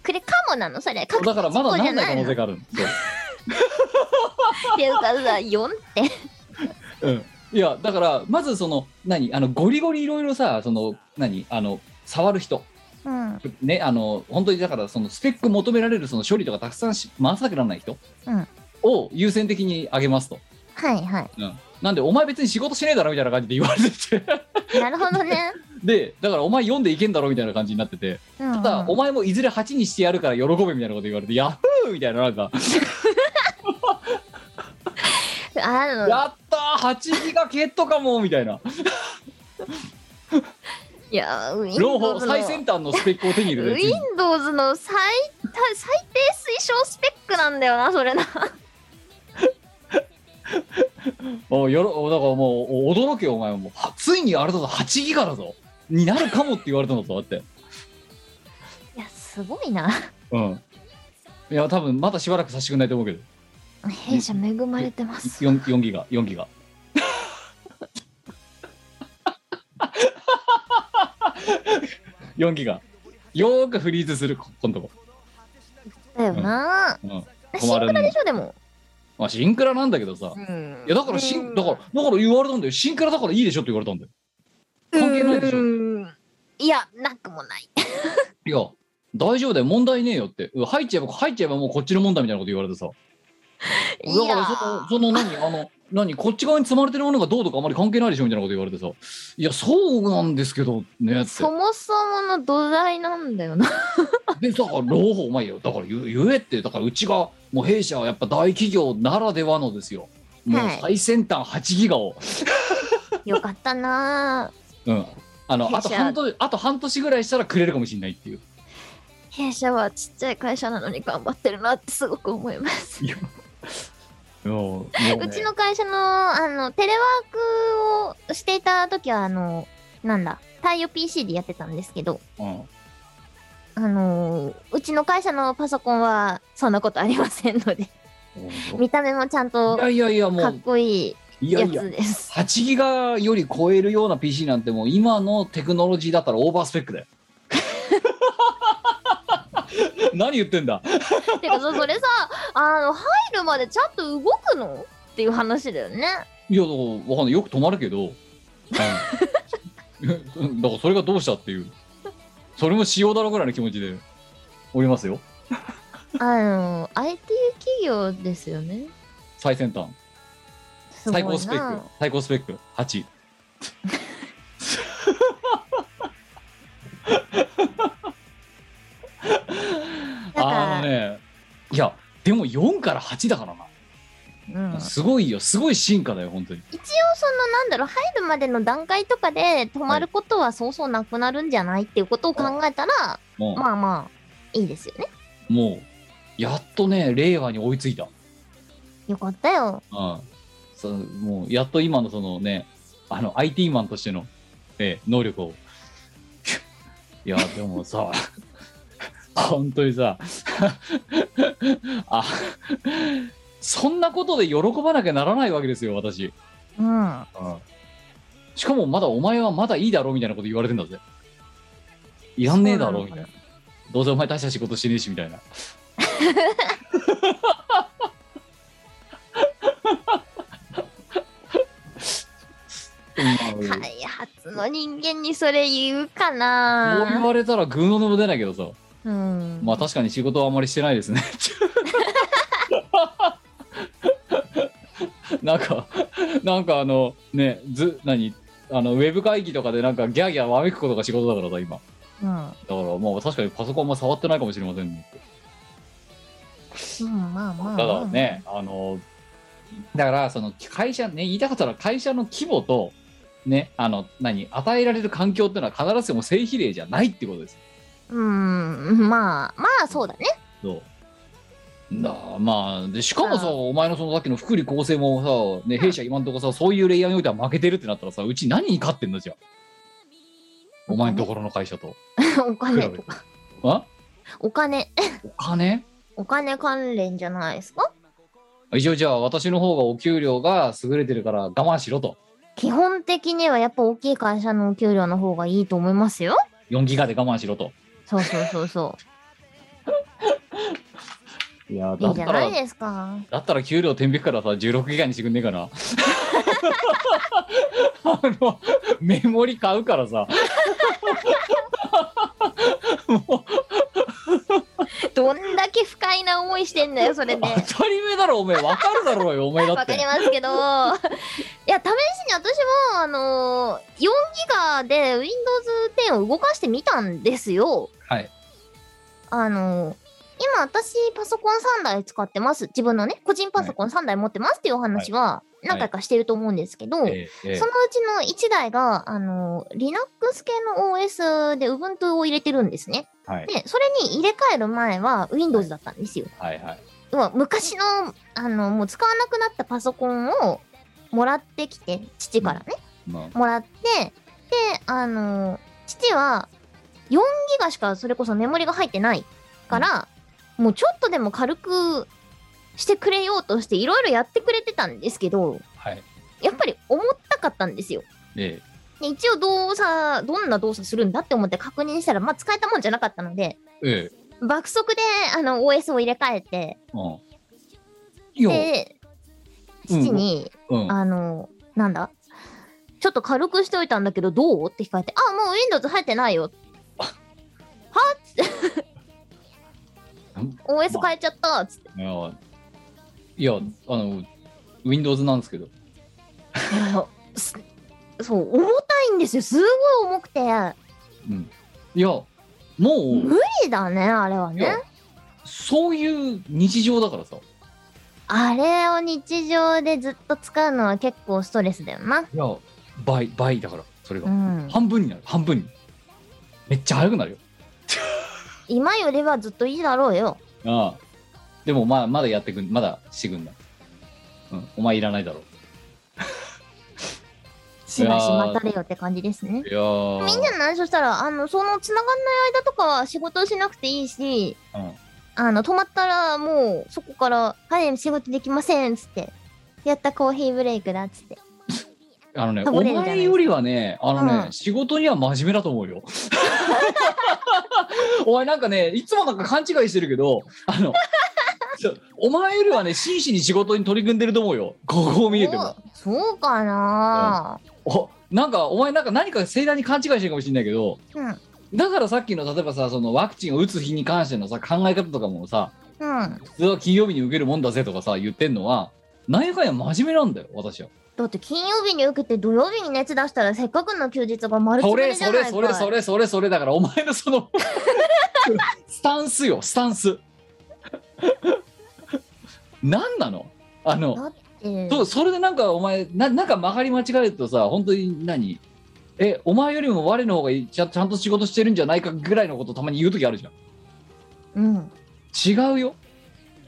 くれかもなのそれ。
だからまだなんない可
の
能性があるそう
っていうかさ4って
うんいやだからまずその何あのゴリゴリいろいろさその何あの触る人
うん
ねあの本当にだからそのスペック求められるその処理とかたくさんし回さなきゃならない人
うん
を優先的にあげますと、
はいは
うんなんでお前別に仕事しねえだろみたいな感じで言われてて
いなるほどね
でだからお前読んでいけんだろみたいな感じになってて
うん
ただ
う
お
ん
前もいずれ8にしてやるから喜べみたいなこと言われてヤッフーみたいななんか
あの
やったー8ギガゲットかもみたいない
やウィン
両
ド
方
ウズ
最
の
先端のスペックを手に入れてついに
Windows の最た最低推奨スペックなんだよなそれな
およろだからもうお驚けよお前はもうはついにあれだぞ8ギガだぞになるかもって言われたのとだって
いやすごいな
うんいや多分まだしばらく差しくんないと思うけど
弊社恵まれてます
4, 4ギガ4ギガ4ギガよーくフリーズするここんとこ、
だよな
うん、
シンクラ
ね
でしょでも
まあシンクラなんだけどさ
うん
いやだからシンだからだから言われたんだよシンクラだからいいでしょって言われたんだよ関係ないでしょ
ょいやなくもない
いや、大丈夫だよ、問題ねえよって。うわ入っちゃえば、入っちゃえばもうこっちの問題みたいなこと言われてさ。
いや
だからその、その何、あの、何、こっち側に積まれてるものがどうとかあまり関係ないでしょみたいなこと言われてさ。いや、そうなんですけど、ねって
そ。もそもの土台なんだよな
で、だから、朗報、お前よ。だから言う、言えって、だからうちが、もう弊社はやっぱ大企業ならではのですよ。もう
は
最
い
先端8ギガを。
よかったな
うん。あの、
弊
あと
社
半年、あと半年ぐらいしたらくれるかもしれないっていう。
弊社はちっちゃい会社なのに頑張ってるなってすごく思います
うんもね
うちの会社のあのテレワークをしていた時はあのなんだ対応 PC でやってたんですけど
うん。
あのうちの会社のパソコンはそんなことありません ので見た目もちゃんと
いやいやいや、も
か
う
っ、こいい
いや
や
いや
つです
8ギガより超えるような PC なんてもう今のテクノロジーだったらオーバースペックだよ 何言ってんだ
てかそそれさあの入るまでちゃんと動くのっていう話だよね
いやだからわかんないよく止まるけどあのうん だからそれがどうしたっていうそれも仕様だろうぐらいの気持ちでおりますよ
あの IT 企業ですよね
最先端
すごい
最高
な
スペック最高スペック8
だから
あのねいやでも4から8だからな
うん、一応
すごいよすごい進化だよ本当に
そのなんだろう入るまでの段階とかで止まることはそうそうなくなるんじゃないっていうことを考えたら、
もう、
まあまあいいですよね
もうやっとね令和に追いついた、
よかったよ
うん、そうもうやっと今のそのねあの IT マンとしての、え能力をいやでもさ 本当にさ あそんなことで喜ばなきゃならないわけですよ私、
うん
しかもまだお前はまだいいだろうみたいなこと言われてんだぜいらんねえだろうみたいなどうせお前大した仕事してねえしみた いなそんなの
開発の人間にそれ言うか
そう言
な
われたらぐうの音も出ないけどさ
うん
まあ確かに仕事はあんまりしてないですね なんかなんかあのねず何あのウェブ会議とかでなんかギャーギャーわめくことが仕事だからさ今
うん
だからまあ確かにパソコンも触ってないかもしれませんね
うんまあまあまあ
ただね、あのだからその会社ね言いたかったら会社の規模とねあの何与えられる環境っていうのは必ずしも正比例じゃないってことです
うんまあまあそうだね
そうだまあでしかもさ、お前のそのさっきの福利厚生もさ、ね、弊社今んとこさそういうレイヤーにおいては負けてるってなったらさうち何に勝ってんのじゃあお前のところの会社と
お金とか
あ
お金
お金
お金関連じゃないですか
一応じゃあ私の方がお給料が優れてるから我慢しろと
基本的にはやっぱ大きい会社のお給料の方がいいと思いますよ
4ギガで我慢しろと
そうそうそうそ
いや
ういいじゃないですか
だったら給料天引くからさ16ギガにしてくんねえかなあのメモリ買うからさもう
どんだけ不快な思いしてんだよそれでわ
当たり前だろおめえわかるだろうよおめえだっ
かり
て
ます けどいや試しに私もあのー4ギガで Windows10 を動かしてみたんですよ
はい
あのー今私パソコン3台使ってます自分のね個人パソコン3台持ってますっていうお話は何回かしてると思うんですけど、
ええええ
そのうちの1台が、あの、Linux 系の OS で Ubuntu を入れてるんですね。
はい
で、それに入れ替える前は Windows だったんですよ。
はいはい
要は昔の、あの、もう使わなくなったパソコンをもらってきて、父からね、
まあ
もらって、で、あの、父は4ギガしかそれこそメモリが入ってないから、もうちょっとでも軽くしてくれようとしていろいろやってくれてたんですけど、
はい
やっぱり重たかったんですよ。
え
で一応動作、どんな動作するんだって思って確認したら、まあ使えたもんじゃなかったので、
えええ
爆速であの OS を入れ替えて、
うんいや
で、父に、
うん
あの、なんだちょっと軽くしといたんだけど、どうって聞かれて、あ、もう Windows 入ってないよ。
う
は
ん
っって。OS 変えちゃったっつって。
いやいやあの Windows なんですけど
いやいやすそう、重たいんですよ。すごい重くて。
うんいやもう
無理だね、あれはい
や
ね。
そういう日常だからさ
あれを日常でずっと使うのは結構ストレスだよな。
いや倍倍だからそれが、
うん
半分になる半分にめっちゃ速くなるよ
今よりはずっといいだろうよ。
ああでもまあまだやってくんまだしてくんだうんお前いらないだろ
しばし待たれよって感じですね。
いやー
いいんじゃないそしたら、あの、その繋がんない間とかは仕事をしなくていいし、
うん
あの、止まったらもうそこから、はい、仕事できませんっつって。やったコーヒーブレイクだっつって。
あのね
サボ
お
れるじゃない
前よりはねあのね、
うん
仕事には真面目だと思うよ お前なんかねいつもなんか勘違いしてるけどあのそうお前よりはね真摯に仕事に取り組んでると思うよここを見えても
おそうかな
おなんかお前なんか何か盛大に勘違いしてるかもしれないけど
うん。うん。
だからさっきの例えばさそのワクチンを打つ日に関してのさ考え方とかもさ普通は金曜日に受けるもんだぜとかさ言ってんのはなんやかんや真面目なんだよ私は
だって金曜日に受けて土曜日に熱出したらせっかくの休日が丸つ
そ
ぶ
れ
れじゃ
そ
ない
れ
かい
それそれそれそれだからお前のそ のスタンスよスタンス何なのあの
だって
そうそれでなんかお前ななんか曲がり間違えるとさ本当に何えお前よりも我の方がいいちゃちゃんと仕事してるんじゃないかぐらいのことたまに言う時あるじ
うん。
ゃん違うよ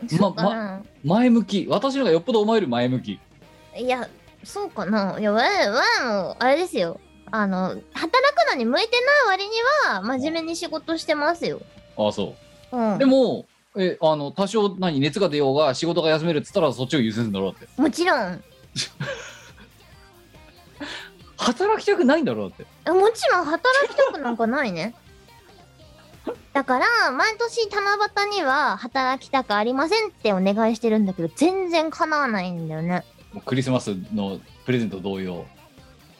そうかな
前向き私の方がよっぽどお前より前向き
いや、そうかな。いや、わ、わも、あれですよ。あの、働くのに向いてない割には、真面目に仕事してますよ。
ああそう
うん。
でもえあの多少何熱が出ようが仕事が休めるっつったらそっちを優先するんだろうって
もちろん。
働きたくないんだろうって
えもちろん、働きたくなんかな いね。だから、毎年七夕には、働きたくありませんってお願いしてるんだけど、全然叶わないんだよね。
もうクリスマスのプレゼント同様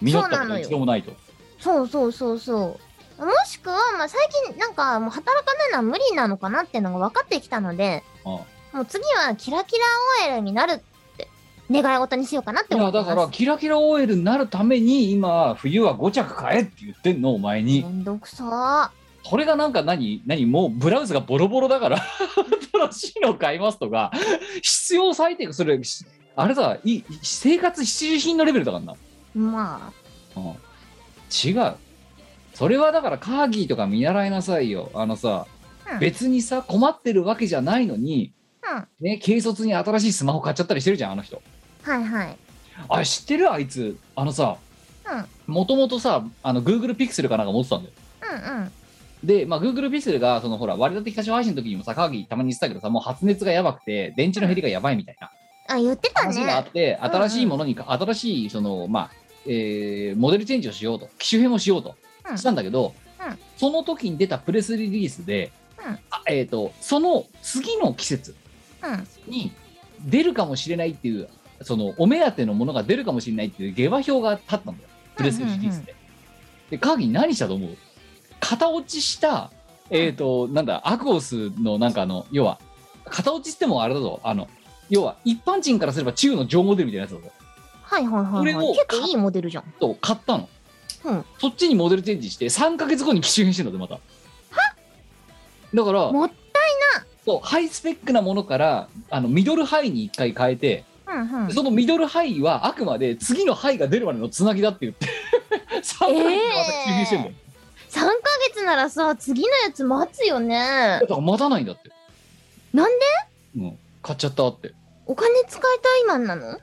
実ったこと一度もないと
そうそうそうそう。もしくは、まあ、最近、なんか、もう働かないのは無理なのかなっていうのが分かってきたので、
あ
もう次はキラキラ OL になるって願い事にしようかなって
い
思
や
ってま
だ
す。
からキラキラ OL になるために今冬は5着買えって言ってんのお前に
めんどくさ
これがなんか何何もうブラウスがボロボロだから 新しいの買いますとか必要最低それしあれさい生活必需品のレベルだからな
ー。ま
うん、違うそれはだからカーギーとか見習いなさいよあのさ、
うん
別にさ困ってるわけじゃないのに、
あ、
ね、軽率に新しいスマホ買っちゃったりしてるじゃんあの人
うん、はいはい。
あれ知ってるあいつあのさもともとさあの Google ピクセルかなんか持ってたんだよ
うんうんうん。
で、まあ、Google ピクセルがそのほら割り当て非常配信の時にもさカーギーたまに言ってたけどさもう発熱がやばくて電池の減りがやばいみたいな
あ、言ってた
話があっ
ね。
て、
うん
新しいものにか、新しいその、まあえーモデルチェンジをしようと機種変をしようと
うん
したんだけど、
うん
その時に出たプレスリリースで、
うん
あえー、とその次の季節
うん。
に出るかもしれないっていうそのお目当てのものが出るかもしれないっていう下馬評が立ったんだよプレスリリースで。でカーギー何したと思う片落ちしたえっ、となんだアクオスのなんかあの要は片落ちしてもあれだぞあの要は一般人からすれば中の上モデルみたいなやつだぞ
はいはいはい、はい。
これを
結構いいモデルじゃん。
と買ったの、
うん
そっちにモデルチェンジして3か月後に機種変してんだってまたはだから
もっ
そうハイスペックなものからあのミドルハイに1回変えて
うんうん。
そのミドルハイはあくまで次のハイが出るまでのつなぎだって言って 3ヶ月でまた休憩してんの、
3ヶ月ならさ、次のやつ待つよね
だ。から待たないんだって
なんで
うん買っちゃったって
お金使いたいマンなの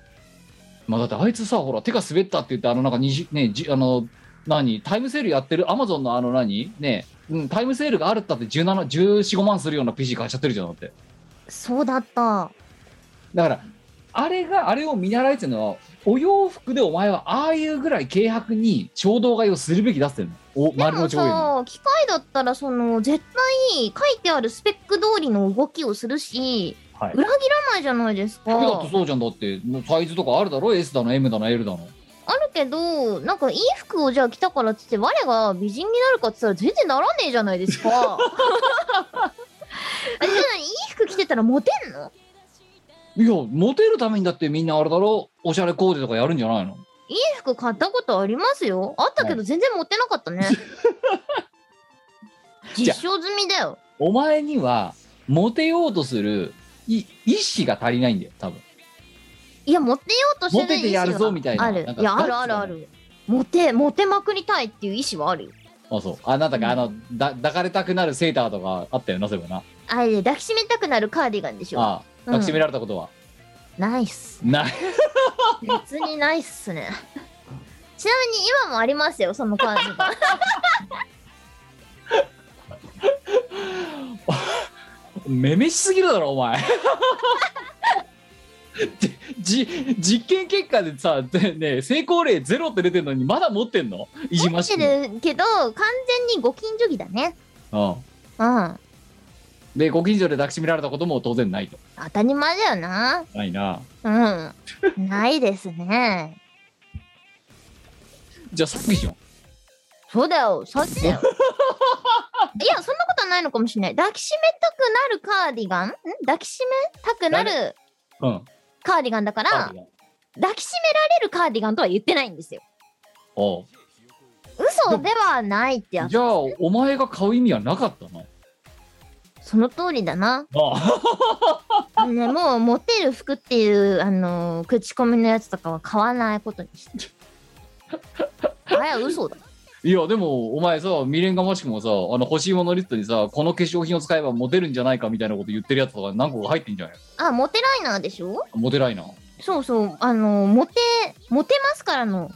まあだってあいつさほら手が滑ったって言ってあのなんか20ねじあの何タイムセールやってるアマゾンのあの何ねうん、タイムセールがあるったって171415万するような PC 買っちゃってるじゃんだって
そうだった。
だからあれがあれを見習えてるのはお洋服でお前はああいうぐらい軽薄に衝動買いをするべきだって言うのお
で
丸の
も
上位
さ、機械だったらその、絶対書いてあるスペック通りの動きをするし、
はい
裏切らないじゃないですか。
だってそうじゃんだってもうサイズとかあるだろ S だの M だの L だの
あるけど、なんかいい服をじゃあ着たからっつって、我が美人になるかっつったら全然ならねえじゃない ですか。あれじゃないいい服着てたらモテんの
いやモテるためにだってみんなあれだろおしゃれコーデとかやるんじゃないの
いい服買ったことありますよ。あったけど全然持ってなかったね。
じゃ
実証済みだよ。
お前にはモテようとするい意志が足りないんだよ多分
いや、持ってようとしてない
モテてやるぞみたいな
意思
なん
はある。
か
いや、あるあるある。モテ、モテまくりたいっていう意思はあるよ。
あそうあなたがあのだ抱かれたくなるセーターとかあったよなそういえばな
あれで抱きしめたくなるカーディガンでしょ。
ああ抱きしめられたことは、
ナイス。
ない
別にないっすね。 ちなみに今もありますよ、そのカーデ ィガン。
めめしすぎるだろお前 じじ実験結果でさでね成功例ゼロって出てるのにまだ持ってんのいじま
持っ
してくの
るけど、完全にご近所着だね。
うん
うん。
でご近所で抱きしめられたことも当然ないと
当たり前だよな。
ないな
うん。ないですね。
じゃあさっきじゃん
そうだよ、そ っちだよ。いや、そんなことはないのかもしれない。抱きしめたくなるカーディガンん抱きしめたくなる
うん
カーディガンだから、抱きしめられるカーディガンとは言ってないんですよ。
おう
嘘ではないってやつ
じ。ゃあお前が買う意味はなかったな
その通りだな。
あ
ね、もうモテる服っていう、あのー口コミのやつとかは買わないことにして。あれは嘘だ。
いやでもお前さ未練がましくもさあの欲しいものリストにさこの化粧品を使えばモテるんじゃないかみたいなこと言ってるやつとか何個か入ってんじゃない
あ、モテライナーでしょ
モテないな
そうそう、あのーモテ、モテますからの、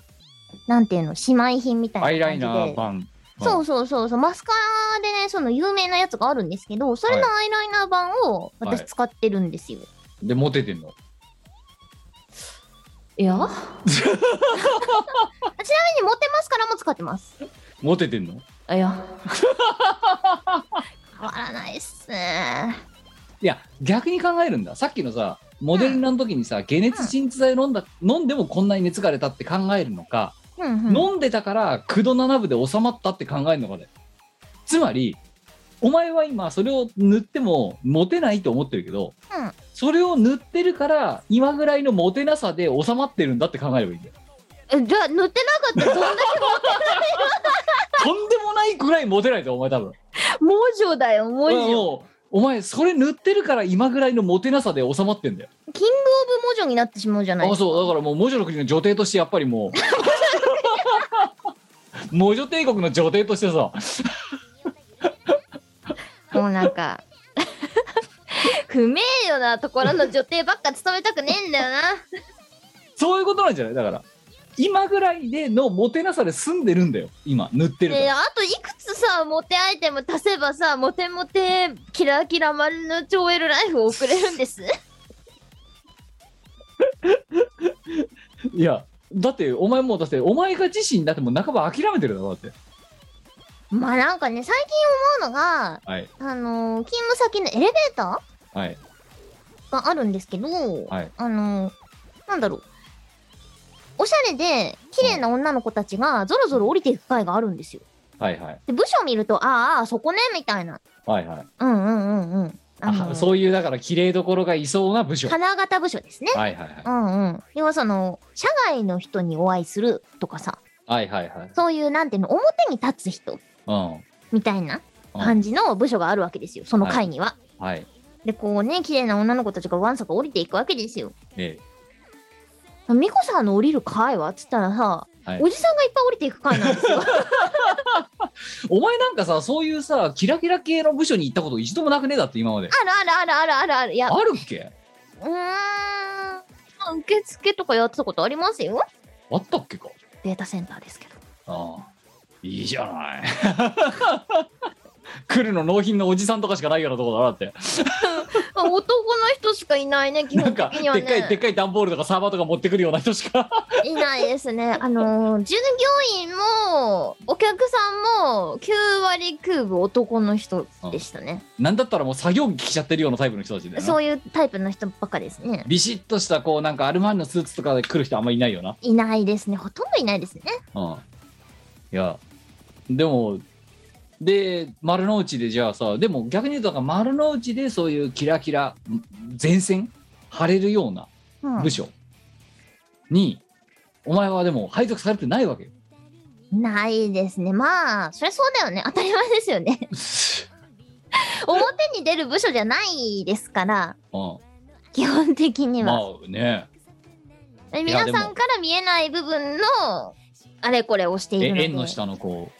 なんていうの、姉妹品みたいな
ア
感
イ
じで。
ライナー版
そうそうそうそう、マスカラでね、その有名なやつがあるんですけど、それのアイライナー版を私使ってるんですよ。
でモテてんの
い、や ちなみにモテマスカラも使ってます。
モテてんの
いや。変わらないっすね。
いや逆に考えるんださっきのさモデルの時にさ、解熱鎮痛剤飲んだ、飲んでもこんなに熱が出たって考えるのか、
うんうん、
飲んでたから9度7分で収まったって考えるのかでつまりお前は今それを塗ってもモテないと思ってるけど、
うん
それを塗ってるから今ぐらいのモテなさで収まってるんだって考えればいい んだよ
えじゃあ塗ってなかったらどんだ
とんでもないぐらいモテないぞお前多分
け猛女だよ、猛
うん
女。
もうお前それ塗ってるから今ぐらいのモテなさで収まってんだよ
キングオブ猛女になってしまうじゃない
あそうだからもう文女の国の女帝としてやっぱり もう文女帝国の女帝としてさ
もうなんか 不名誉なところの女帝ばっか務めたくねえんだよな。
そういうことなんじゃないだから今ぐらいでのモテなさで済んでるんだよ今塗ってるか
で
ら
あといくつさモテアイテム足せばさモテモテキラキラ丸の超エルライフを送れるんです
いやだってお前もうだってお前が自身だってもう半ば諦めてるだろだって
まあなんかね最近思うのが
はい
あのー勤務先のエレベータ
はい
ーがあるんですけど、
はい
あのーなんだろう。おしゃれで、綺麗な女の子たちが、ぞろぞろ降りていく回があるんですよ。
はいはい
で、部署見ると、ああ、あそこね、みたいな。
はいはい
うんうんうんうん。あの
あそういうだから綺麗どころがいそうな部署はい
花形部署ですね。
はいはい
うんうん。要はその、社外の人にお会いするとかさ、
はいはいはい
そういう、なんていうの、表に立つ人
う
みたいな感じの部署があるわけですよ、その会には。
んはい
で、こうね、綺麗な女の子たちがわんさか降りていくわけですよ。
え
ミコさんの降りる会はっつったらさ、
はい
おじさんがいっぱい降りていく会な んですよ。
えお前なんかさそういうさキラキラ系の部署に行ったこと一度もなくねえだって今まで
あるあるあるあるあるある。いや、
あるっけ
うーん。まあ受付とかやってたことありますよ。
あったっけか
データセンターで すけ
あ
ど。
あいいじゃない 来るの納品のおじさんとかしかないようなとこだなだって
まあ男の人しかいないね、基
な
本
んか
的に
で
は
っかいでっ
ね。
かい段ボールとかサーバーとか持ってくるような人しか
いないですね。あのー従業員も、お客さんも、9割9分男の人でしたね。
なんだったらもう作業着着ちゃってるようなタイプの人たちだよな
そういうタイプの人ばっかですね。
ビシッとしたこうなんかアルマーニのスーツとかで来る人あんまりいないよな、
いないですね。ほとんどいないですね。
うん、いやでもで丸の内でじゃあさでも逆に言うとだから丸の内でそういうキラキラん前線晴れるような
うん
部署に、お前はでも配属されてないわけよ
ないですね。まあ、そりゃそうだよね。当たり前です よね。表に出る部署じゃないですから、
う
基本的に
ん、ま
は。
あね
で
いや
皆
でも
さんから見えない部分の、あれこれをしてい
え
るので。
縁の。下のこ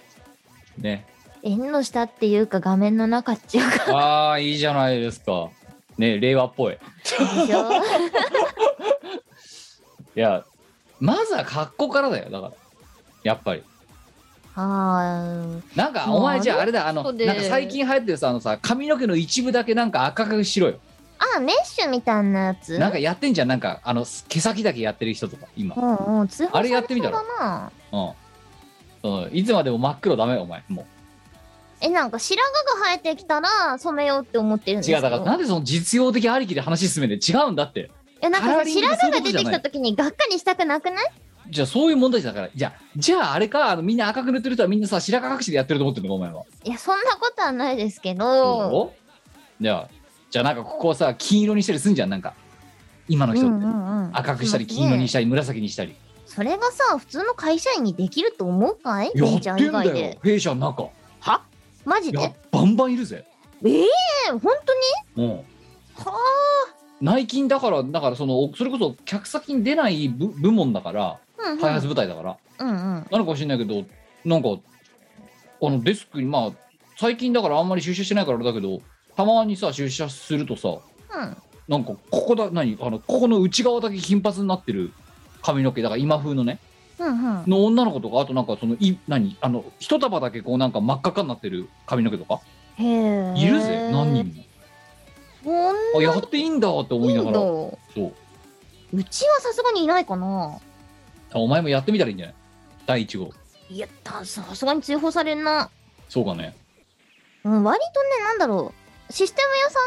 うね
縁の下っていうか、画面の中っていうか
ああいいじゃないですかね令和っぽい
でしょ。
いやまずは格好からだよだからやっぱり
あ
なんか
もう
お前じゃああれだあの
あ
な
の
ん
人
か
で
最近流行ってるさあのさ髪の毛の一部だけなんか赤くしろよ
ーあ、メッシュみたいなやつ
なんかやってんじゃんなんかあの毛先だけやってる人とか今
うんうん、通報
あれやってみたら
されそうだな
うん、うん、いつまでも真っ黒ダメよお前も
え、なんか白髪が生えてきたら染めようって思ってるん
う
です
違
よ。
うだからなんでその実用的ありきで話進めて違うんだって
いや、なんか
カラ
さ
ーリング
白
そういう
髪
こ
が
と
出
じゃない
てきた時にがっかりしたくなくない
じゃあそういう問題じゃだからじゃあじゃああれかあのみんな赤く塗ってる人はみんなさ白髪隠しでやってると思ってるのかお前はい
や、そんなことはないですけ
そうだ
ど。
ろじゃあじゃあなんかここをさ金色にしたりすんじゃんなんか今の人って、
んうん
赤くしたり金色にしたり紫にしたり
それがさ普通の会社員にできると思うかい
や
姉
っ
ちゃ
て
ん以
ん
外
だよ
で
弊社の中
はマジ
いや
で
バンバンいるぜ
ええー、本当に
うん
は
内勤だからだからそのそれこそ客先に出ない部部門だから
あうんうん
開発部隊だから、
うんうん
なのかもしれないけどなんかあのデスクにまあ最近だからあんまり出社してないからあれだけどたまにさ出社するとさ
うん
なんかここだ何あのここの内側だけ金髪になってる髪の毛だから今風のね
うんうん
の女の子とかあとなんかそのい何あの一束だけこうなんか真っ赤っかになってる髪の毛とか
へえ
いるぜ何人も
ほん
あやっていいんだって思いなが
と
ら
だ
そう
うちはさすがにいないかな
あお前もやってみたらいいんじゃない第1号
いやたさすがに追放されんな、
そうかね
うん、割とねなんだろうシステム屋さ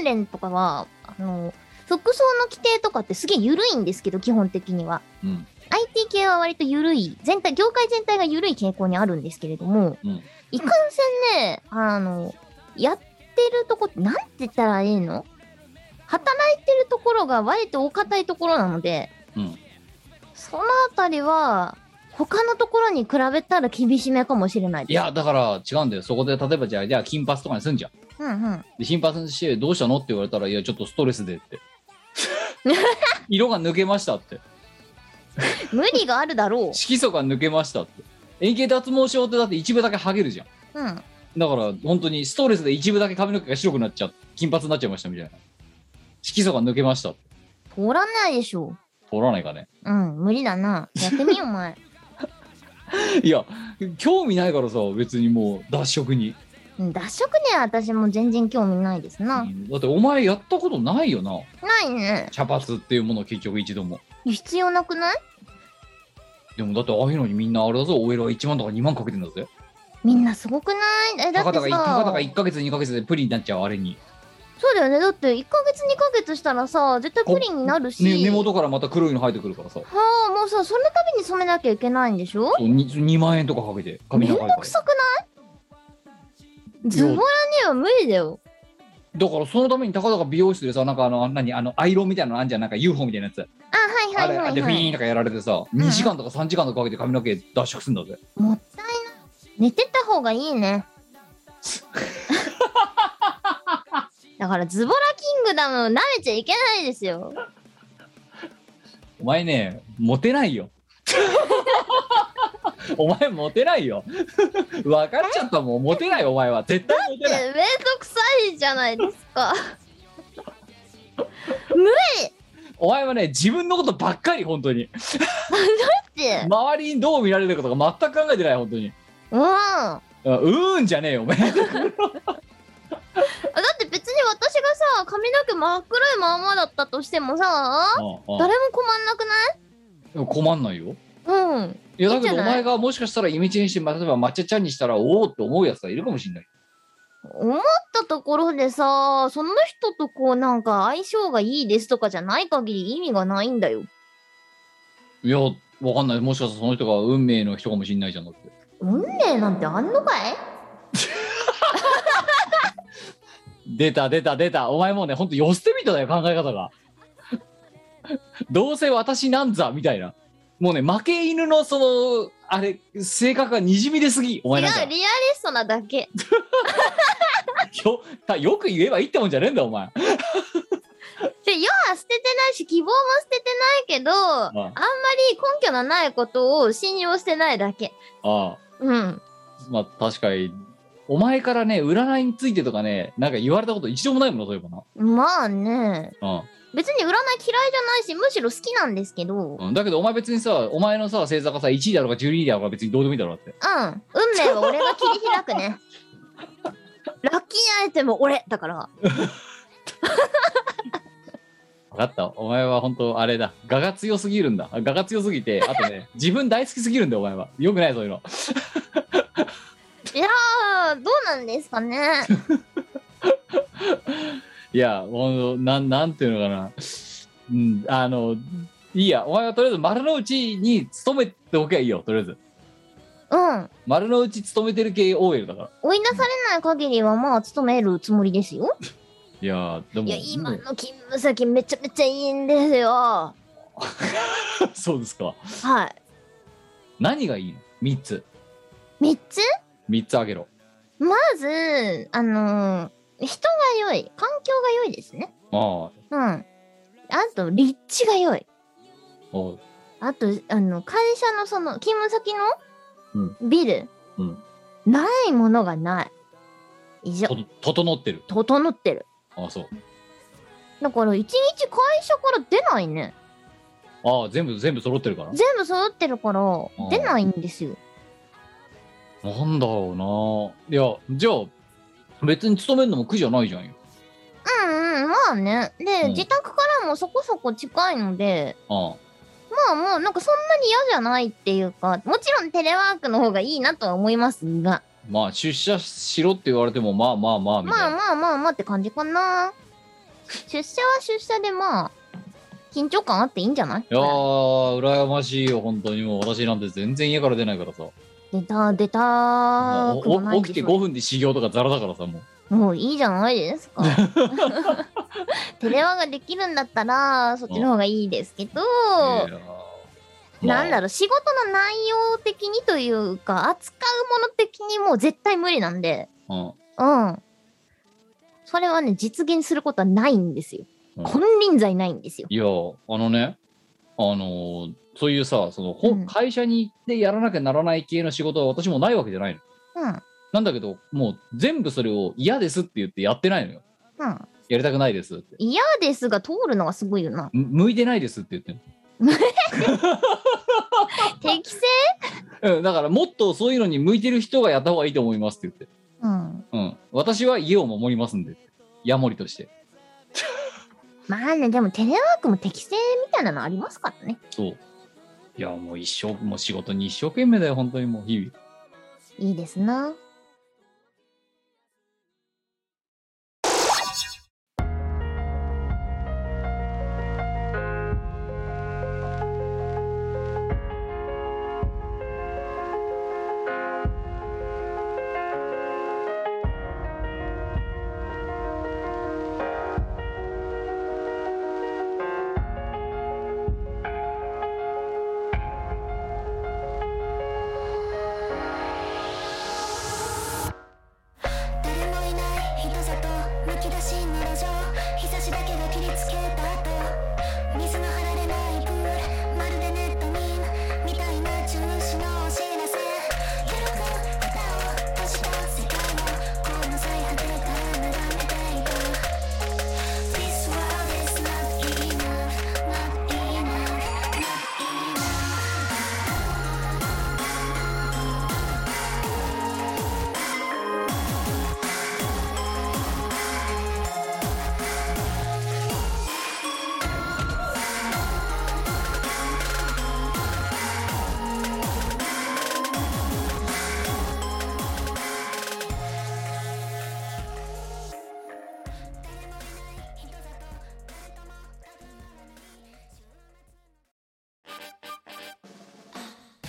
ん関連とかはあの服装の規定とかってすげえ緩いんですけど基本的には
うん
IT 系は割と緩い全体業界全体が緩い傾向にあるんですけれども、
うん
いかんせんねあのやってるとこってなんて言ったらいいの働いてるところが割とお堅いところなので
うん
そのあたりは他のところに比べたら厳しめかもしれないです
いやだから違うんだよそこで例えばじゃあじゃあ金髪とかにすんじゃん
うんうん
で金髪にしてどうしたのって言われたらいやちょっとストレスでって色が抜けましたって
無理があるだろ
色素が抜けましたって円形脱毛症ってだって一部だけハゲるじゃん
ううん
だから本当にストレスで一部だけ髪の毛が白くなっちゃって金髪になっちゃいましたみたいな色素が抜けましたって
通らないでしょ
通らないかね
うん無理だなやってみようお前
いや興味ないからさ別にもう脱色に、
うん脱色ね私も全然興味ないですな、
だってお前やったことないよな
ないね
茶髪っていうものを結局一度も
必要なくない
でもだってああいうのにみんなあれだぞお偉い1万とか2万かけてんだぜ
みんなすごくないえだ
た
って
か
さ
だかたかだか1ヶ月2ヶ月でプリンになっちゃうあれに
そうだよねだって1ヶ月2ヶ月したらさ絶対プリンになるし、
ね、根元からまた黒いの生えてくるからさ
はあもうさその度に染めなきゃいけないんでしょ
そう 2, 万円とかかけて
め
髪
んど
長いから
くさくないズボラには無理だよ
だからそのためにたかだか美容室でさなんかあのあんなにあのアイロンみたいなのあんじゃんなんか UFO みたいなやつ、
あはいはい
あ
は
れ
い、
でフ
は
ィー
い、
ンとかやられてさ、
ん
2時間とか3時間とかかけて髪の毛脱色するんだぜ
もったいない寝てた方がいい ねだからズボラキングダムを舐めちゃいけないですよ
お前ねモテないよ お前モテないよ分かっちゃったもんモテないお前は絶対モテ
めんど
ない
くさいじゃないですか
お前はね自分のことばっかり本当に
って
周りにどう見られるかとか全く考えてない本当に
うんだ
あうーんじゃねえよお前
って別に私がさ髪の毛真っ黒いまんまだったとしてもさ
うんうん
誰も困んなく
でも困んないよ
ないうん
いやだ
いいんじ
け
ゃ
どお
ない
前がもしかしたらイメチェンして例えば抹茶ちゃんにしたらおおって思うやつがいるかもしれない
思ったところでさその人とこうなんか相性がいいですとかじゃない限り意味がないんだよ
いやわかんないもしかしたらその人が運命の人かもしれないじゃんだって
運命なんてあんのかい
出た出た出たお前もうねほんと寄捨て人だよ考え方がどうせ私なんざみたいなもうね負け犬のそのあれ性格がにじみ出すぎお
違う
前な
リ
ん
ア
か
リストなだけ
よたよ く言えばいいってもんじゃねえんだお前
で世は捨ててないし希望も捨ててないけどあんまり根拠のないことを信用してないだけ
ああ
うん
まあ確かにお前からね占いについてとかねなんか言われたこと一度もないものそういえばな
まあね
うん
別に占い嫌いじゃないしむしろ好きなんですけどうん運
うん、だけどお前別にさお前のさ星座がさ1位だろうが12位だろうが別にどうでもいいだろうだって
命は俺が切り開く ねラッキーアイテム俺だから
分かったお前は本当あれだ我が強すぎるんだ我が強すぎてあと ね自分大好きすぎるんだよお前はよくないそういうの
いやーどうなんです かね
いやほんとなんなんていうのかなうんあのいいやお前はとりあえず丸の内に勤めておけばいいよとりあえず
うん
丸の内勤めてる系 OL だから
追い出されない限りはまあ勤めるつもりですよ
いやでも
いや今の勤務先めちゃめちゃいいんですよは
そうですか
い
何がいいの3つ
3つ
3つあげろ
まずあのー人が良い環境が良いですね
あ
うんあと立地が良い
あおう
あとあの会社のその勤務先のビル、
うん
ないものがない以上
と整ってる
整ってる
ああそう
だから一日会社から出ないね
ああ全部全部揃ってるから
全部揃ってるから出ないんですよ。
なんだろうないやじゃあ別に勤めるのも苦じゃないじゃんよ
うんうんまあね。で、
うん
自宅からもそこそこ近いので
あ
まあもうなんかそんなに嫌じゃないっていうかもちろんテレワークの方がいいなとは思いますが
あまあ出社しろって言われてもまあまあまあみたい
ま
な、
あまあまあまあって感じかな。出社は出社でまあ緊張感あっていいんじゃない
いやー羨ましいよ本当にもう私なんて全然家から出ないからさ
出た出た
まあ
ーくもな
お
い
起きて5分で修行とかザラだからさもう
もういいじゃないです か。テレワークができるんだったらそっちの方がいいですけど。
いやーまあ
なんだろう仕事の内容的にというか扱うもの的にもう絶対無理なんで
うん
うんそれはね実現することはないんですよ
うん
金輪際ないんですよ
いやーあのねあのーそういうさその、ほ
うん
会社に行ってやらなきゃならない系の仕事は私もないわけじゃないの
うんうん
なんだけどもう全部それを嫌ですって言ってやってないのよやりたくないですって
嫌ですが通るのがすごいよな
む向いてないですって言ってる
適正
うん、だからもっとそういうのに向いてる人がやった方がいいと思いますって言って、
うん
うん、私は家を守りますんでヤモリとして
まあねでもテレワークも適正みたいなのありますからね
そういやもう一生もう仕事に一生懸命だよ本当にもう日々
いいですな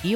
イ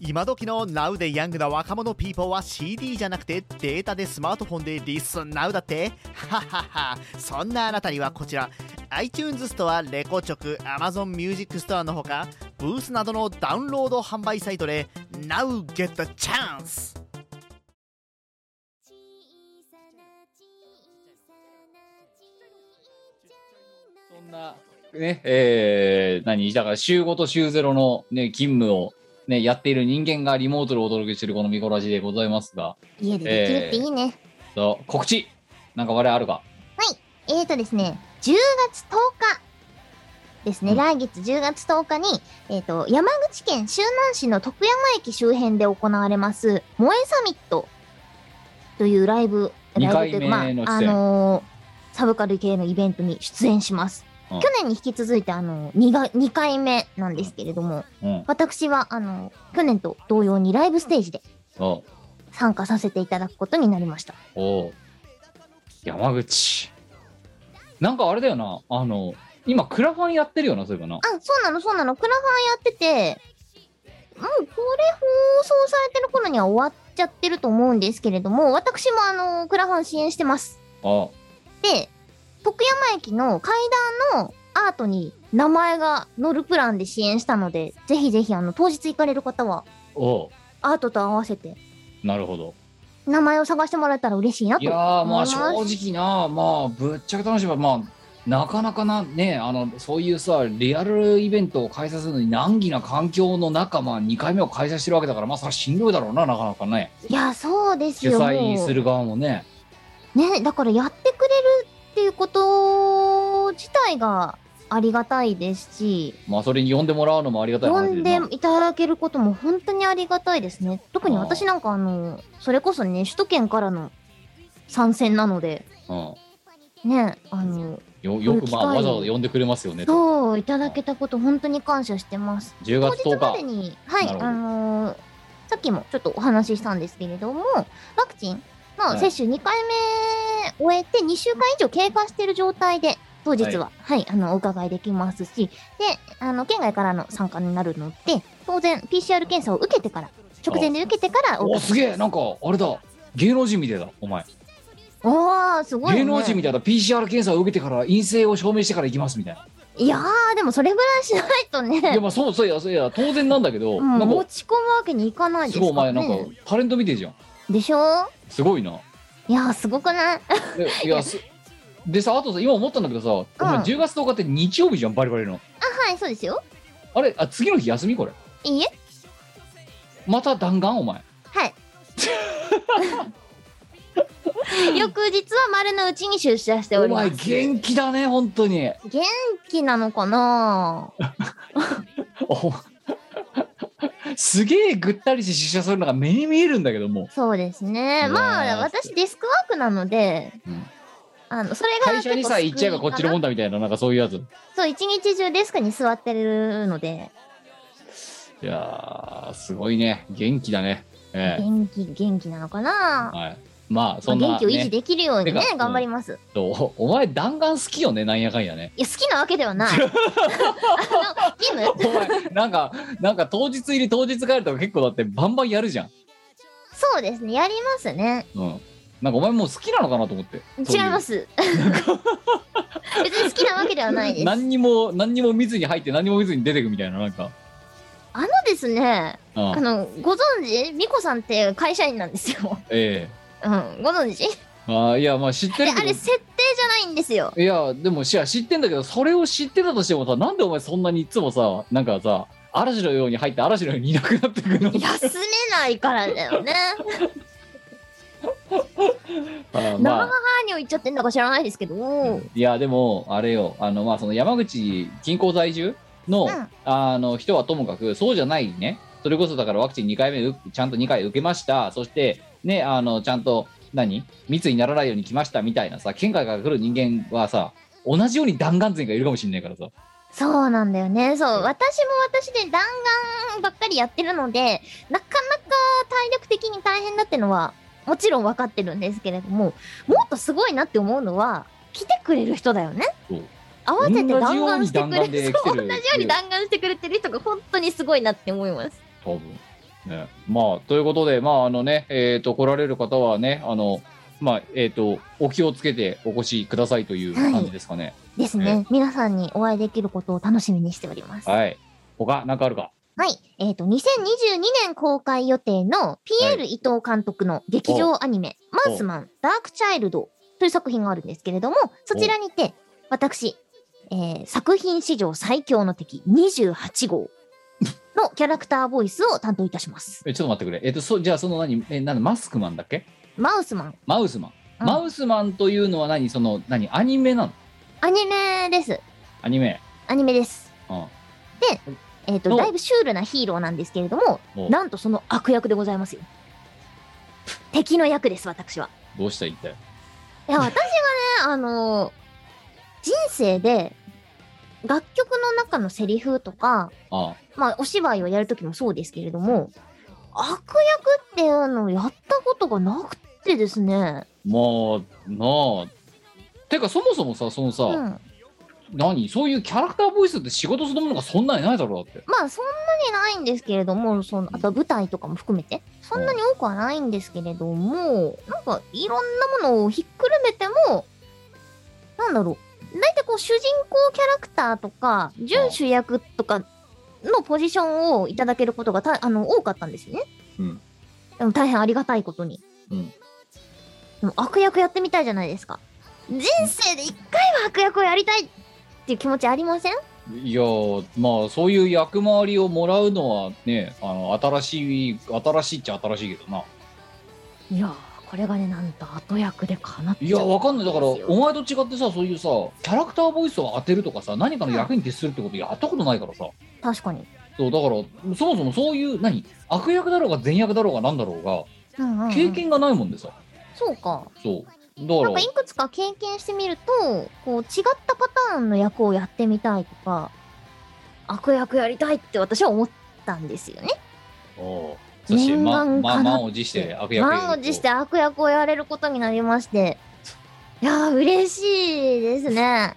今時の Now でヤングな若者ピーポーは CD じゃなくてデータでスマートフォンでリスン Now だってはははそんなあなたにはこちら iTunes ストア、レコチョク、Amazon Music ストアのほかブースなどのダウンロード販売サイトで Now get the chance!
そんな、ね、えー、何、だから週5と週0の、ね、勤務を、ね、やっている人間がリモートでお届けしているこのミコラジでございますが、
家でできるっていいね。
そう告知なんか我々あるか
えーとですね、10月10日ですね、
うん
来月10月10日に、えーと、山口県周南市の徳山駅周辺で行われます、萌えサミットというライブ、
二
ライ
回
ブ
目
と
の
いうか、まあ、あ
出演
のーサブカル系のイベントに出演します。
うん
去年に引き続いて、あのー2が、2回目なんですけれども、
うん。
私は、あのー去年と同様にライブステージで
おう
参加させていただくことになりました。
おう山口。なんかあれだよな、あの、今、クラファンやってるよな、そういえばな。
あ、そうなの、そうなの。クラファンやってて、もうこれ放送されてる頃には終わっちゃってると思うんですけれども、私もあの、クラファン支援してます。
あ
で、徳山駅の階段のアートに名前が載るプランで支援したので、ぜひぜひあの、当日行かれる方は、
お
アートと合わせて、
なるほど。
名前を探してもらえたら嬉しいないと。
やー、まあ正直な、まあぶっちゃけ楽しいば、まあなかなかな、ね、あの、そういうさ、リアルイベントを開催するのに難儀な環境の中、まあ2回目を開催してるわけだから、まあそれはしんどいだろうな、なかなかね。
いや、そうです
主
よ。
催
もう
する側もね。
ね、だからやってくれるっていうこと自体がありがたいですし、
まあそれに呼んでもらうのもありがたい話
読ん
で
で
な。
いただけることも本当にありがたいですね。特に
あー
私なんかあの、それこそね、首都圏からの参戦なので、
うん
ね、あの、
よよくまあ
こういう機会
わざわざ呼んでくれますよねと
そう、いただけたこと本当に感謝してます。
10
当
月
日まで
10日
に、はい、
なるほど
あのーさっきもちょっとお話ししたんですけれども、ワクチンの接種2回目終えて2週間以上経過している状態で、当日は、はい、あの、お伺いできますし、で、あの、県外からの参加になるので、当然 PCR 検査を受けてから、直前で受けてからお
おすげえなんかあれだ芸能人みたいだお前
おー、すごい、ね。
芸能人みたいだ PCR 検査を受けてから陰性を証明してから行きますみたいない
やー、でもそれぐらいしないと
いや
ね、
まあそうそういやそういや当然なんだけど、
うん、
なんか
持ち込むわけにいかないですす
ごいお
から
前な
ね。
んかタレント見てるじゃん
でしょ
すごいない
やー、すごくない
でいやすでさあとさ今思ったんだけどさ、お前
うん
10月10日って日曜日じゃんバリバリの
はい、そうですよ。
あれあ次の日休みこれ
いいえ。
また弾丸お前
はい。翌日は丸の内に出社してお
お
りま
前
す。
元気だね本当に
元気なのかな
お すげえぐったりして出社するのが目に見えるんだけども
そうですね。
うわー
まあ、私デスクワークなので、
うん
あの、それが
会社にさえ行っちゃえばこっちのもん
ん
だみたいななんかそういうやつ
そう、一日中デスクに座ってるので、
いやーすごいね元気だねええ
元気、元気なのかな
はいまあそ
まあ
んな、ね、
元気を維持できるようにね
てか、
頑張ります。
と お前弾丸好きよねなんやかんやね
いや、好きなわけで はない。あの、義務
お前なんかなんか当日入り当日帰るとか結構だってバンバンやるじゃん
そうですね、やりますね。
うんなんかお前もう好きなのかなと思ってそう
違います。 別に好きなわけではないです。
何にも何にも見ずに入って何も見ずに出てくみたいななんか
あのですね、
うん
あの、ご存知ミコさんって会社員なんですよ。
え
うん、ご存知
えああいやまあ知って
で、
る
あ
け
れ
ど
設定じゃないんですよ。
いやでもしや知ってんだけどそれを知ってたとしてもさなんでお前そんなにいつもさなんかさ嵐のように入って嵐のようにいなくなってくの
休めないからだよね。
あー まあ
何を言っちゃってんだか知らないですけど。うん。
いやでもあれよあのまあその山口近郊在住の、
うん
あの人はともかくそうじゃないねそれこそだからワクチン2回目うちゃんと2回受けましたそしてね、あの、ちゃんと、何密にならないように来ましたみたいなさ、県外から来る人間はさ、同じように弾丸勢がいるかもしれないからさ。
そうなんだよね。そう。私も私で弾丸ばっかりやってるので、なかなか体力的に大変だってのは、もちろん分かってるんですけれども、もっとすごいなって思うのは、来てくれる人だよね
そう。
合わせて弾丸してくれ
同じように弾丸で来て
る。
る
そう同じように弾丸してくれてる人が本当にすごいなって思います。
多分ねまあということでまああのねえっ、と来られる方はねあのまあえっ、とお気をつけてお越しくださいという
はい
感じですかね
ですね。皆さんにお会いできることを楽しみにしております。
はい、他何かあるか
はい。えっ、と、2022年公開予定のピエール伊藤監督の劇場アニメ、
お
マンスマン、ダークチャイルドという作品があるんですけれども、そちらにて、私、えー作品史上最強の敵28号のキャラクターボイスを担当いたします。
えちょっと待ってくれえっ、とそじゃあその何えなんだマスクマンだっけ
マウスマン。
マウスマン、
うん
マウスマンというのは何その何アニメなの
アニメです。
アニメ
アニメです。
うん
えっ、と、
お
だいぶシュールなヒーローなんですけれども、
お
なんとその悪役でございますよ。敵の役です、私は。
どうした一体
いや、私がね、あの人生で、楽曲の中のセリフとか、
あ
まあ、お芝居をやるときもそうですけれども、悪役っていうのをやったことがなくてですね。
もうなあてかそもそもさそのさ、
うん。
何そういうキャラクターボイスって仕事そのものがそんなにないだろうだって
まあ、そんなにないんですけれども、その、あとは舞台とかも含めて、そんなに多くはないんですけれども、なんか、いろんなものをひっくるめても、なんだろう。大体こう、主人公キャラクターとか、準主役とかのポジションをいただけることがた、あの、多かったんですよね。
うん
でも大変ありがたいことに。
うん
でも悪役やってみたいじゃないですか。人生で一回は悪役をやりたいっていう気持ちありません
いやーまあそういう役回りをもらうのはねあの新しい新しいっちゃ新しいけどない
やーこれがねなんと後役でかなっちゃう
いやわかんないだから
ですよ
お前と違ってさそういうさキャラクターボイスを当てるとかさ何かの役に徹するってことやったことないからさ
確かに、
そうだからそもそもそういう何悪役だろうが善役だろうがなんだろうが
うんうんうん
経験がないもんでさ、
そうか
そうだ
な
か
ん
ら
かいくつか経験してみるとこう違ったパターンの役をやってみたいとか悪役やりたいって私は思ったんですよね
おうそしてま
念願かな
ま
って
満を持して悪役
満を持して悪役をやれることになりましていやー嬉しいですね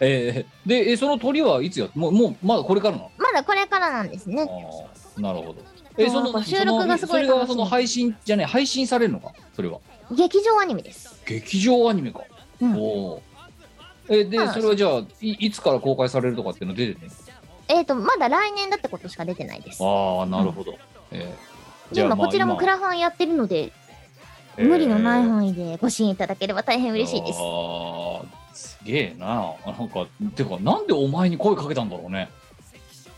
えーでえその鳥はいつやもうもうまだこれからなの
まだこれからなんですね
あーなるほどえ
そ
そ
うなんか
の
収録がすごい
そのそれが
楽しみ
その配信じゃね配信されるのかそれは
劇場アニメです
劇場アニメか、
うん
おおえで
まあ
それはじゃあいいつから公開されるとかっていうの出てね
えっ、とまだ来年だってことしか出てないです
ああなるほど、えーじゃあ
今
まあ
こちらもクラファンやってるので無理のない範囲でご支援いただければ大変
えー
嬉しいです。
あーすげえななんかてかなんでお前に声かけたんだろうね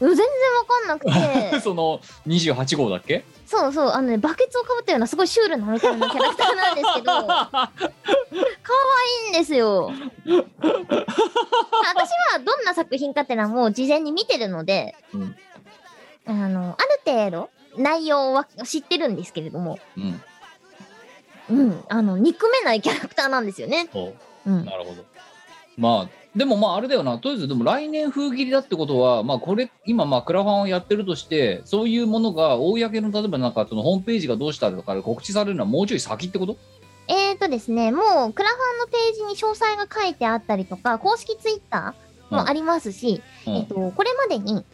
全然わかんなくて、
その28号だっけ
そうそう、あのね、バケツをかぶったようなすごいシュールなみたいなキャラクターなんです けど、可愛いんですよ。私はどんな作品かってのはもう事前に見てるので、
うん
あの、ある程度内容は知ってるんですけれども、
うん
うん、あの、憎めないキャラクターなんですよね。
そう
うん。
なるほど。まあ、でもまああれだよな、とりあえずでも来年風切りだってことは、まあこれ、今まあクラファンをやってるとして、そういうものが公の例えばなんかそのホームページがどうしたとかで告知されるのはもうちょい先ってこと
えーとですね、もうクラファンのページに詳細が書いてあったりとか、公式ツイッターもありますし、
うん
えっと、これまでに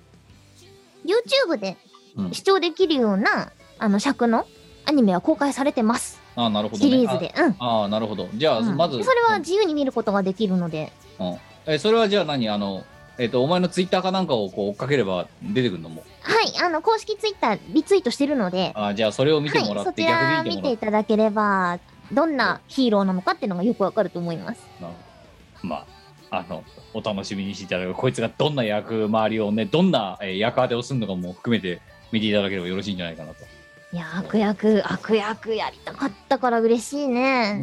YouTube で
うん
視聴できるような、あの尺のアニメは公開されてます。
ああ、なるほど、ね。
シリーズで。うん。
ああ、なるほど。じゃあ、
うん
まず、
それは
うん
自由に見ることができるので、
えそれはじゃあ何あの、えっ、と、お前のツイッターかなんかをこう追っかければ出てくるのもう。
はい、あの、公式ツイッターリツイートしてるので、
ああ、じゃあそれを見てもら
はい、
っ
そ
て、
ちら
逆に見
見
て
て
も
いただければ、どんなヒーローなのかっていうのがよくわかると思います。
らって。まあ、あの、お楽しみにしていただく。こいつがどんな役回りをね、どんなえー役当てをするのかも含めて見ていただければよろしいんじゃないかなと。
いや、悪役、悪役やりたかったから嬉しいね。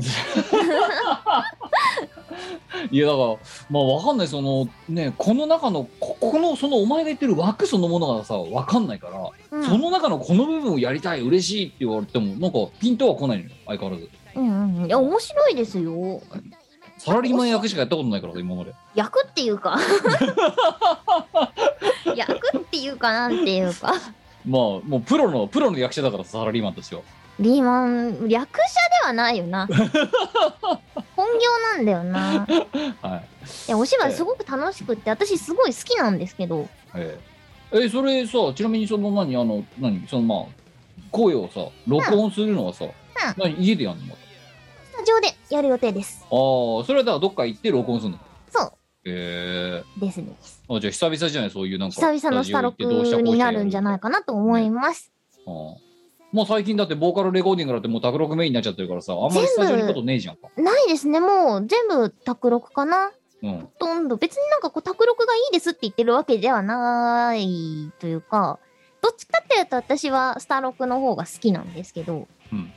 いやだからまあわかんないそのねこの中のこここのそのお前が言ってる枠そのものがさ分かんないから、
うん
その中のこの部分をやりたい嬉しいって言われてもなんかピントは来ないのよ相変わらず
うんうんいや面白いですよ
サラリーマン役しかやったことないから今まで
役ってい うか役っていうかなんていうか
まあもうプロのプロの役者だからさサラリーマンとしては
リーマン略者ではないよな本業なんだよな
はい
いやお芝居すごく楽しくって私すごい好きなんですけど
えええそれさちなみにその前にあの何そのまあ声をさ録音するのはさ、何家でやんのまた
スタジオでやる予定です
ああそれはだからどっか行って録音するの
そう
え
ですね
えあじゃあ久々じゃないそういうなんか
久々のスタロクになるんじゃないいかなと思います
あもう最近だってボーカルレコーディングだってもう卓録メインになっちゃってるからさあんまりスタジオに行くことねえじゃんか
ないですねもう全部卓録かな
うん
ほとんど別になんかこう卓録がいいですって言ってるわけではないというかどっちかっていうと私はスタロクの方が好きなんですけど、
うん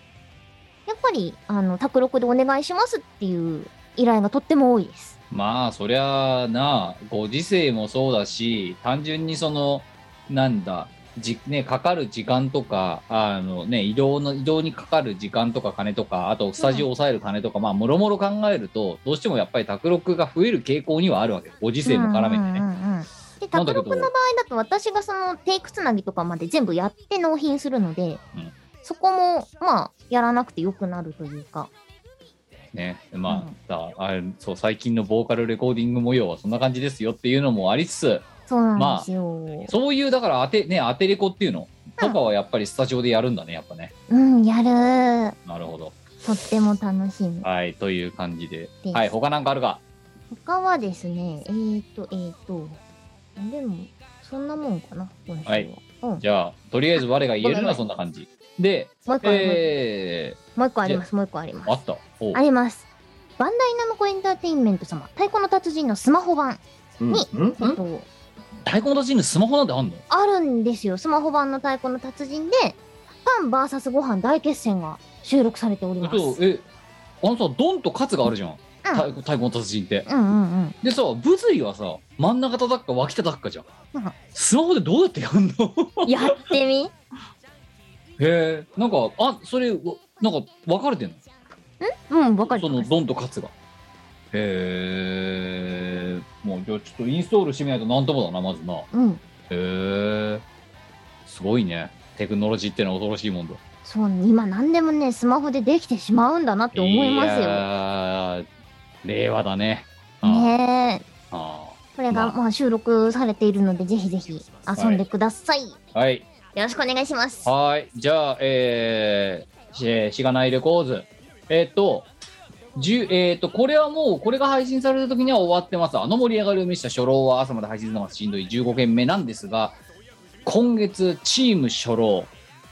やっぱりあの卓録でお願いしますっていう依頼がとっても多いです
まあそりゃあなあご時世もそうだし単純にそのなんだじ、ね、かかる時間とかあの、ね、移動の移動にかかる時間とか金とかあとスタジオを抑える金とか、まあもろもろ考えるとどうしてもやっぱり卓録が増える傾向にはあるわけご時世も絡めてね、
うんうんうんうんで
なん
卓
だけど
録の場合だと私がそのテイクつなぎとかまで全部やって納品するので、
うん
そこもまあやらなくてよくなるというか
ねま
うん
あだあれそう最近のボーカルレコーディング模様はそんな感じですよっていうのもありつつ
そうなんですよ、
そういうだから当て,、ね、当てレコっていうのとかはやっぱりスタジオでやるんだねやっぱね
うんやるー
なるほど
とっても楽しみ
はい、という感じで。
です
はい、他なんかあるか
他はですね、えーと、えーと、でも、そんなもんかな、今週は。
はい
うん、もう
じゃあ、とりあえず我が言えるのは
ご
そんな感じ。で、
一個あります、
え
もう一個あります、もう一個ありま
ー、あ
す。
った。おう
あります。バンダイナムコエンターテインメント様、太鼓の達人のスマホ版、
うん
に
うん
えっと、
太鼓の達人のスマホなんてあんの
あるんですよ。スマホ版の太鼓の達人で、パン VS ご飯大決戦が収録されております。
そう、え、あのさ、ドンとカツがあるじゃん。太太鼓の達人って。
うんうんうん。
でさ、物理はさ、真ん中叩くか脇叩くかじゃん
うん。
スマホでどうやってやんの
やってみ
へえ、なんか、あ、それ、わなんか分かれてんの
うん、わか
そ
り
の
ます。
ドンとカツが。へえ、もうじゃあちょっとインストールしてみないとなんともだな、まずな。
うん。
へえすごいねテクノロジーってのは恐ろしいもんだ
そう、今何でもね、スマホでできてしまうんだなって思いますよ。
やー令和だねあ
ねえ。
あ
これが
まあ
まあ収録されているので、ぜひぜひ遊んでください。よ
はい
ろしくお願いします。
はいじゃあえーしえーしがないレコーズえっ、とじゅえっとこれはもうこれが配信された時には終わってますあの盛り上がりを見せた初老は朝まで配信するのがしんどい15件目なんですが今月チーム初老、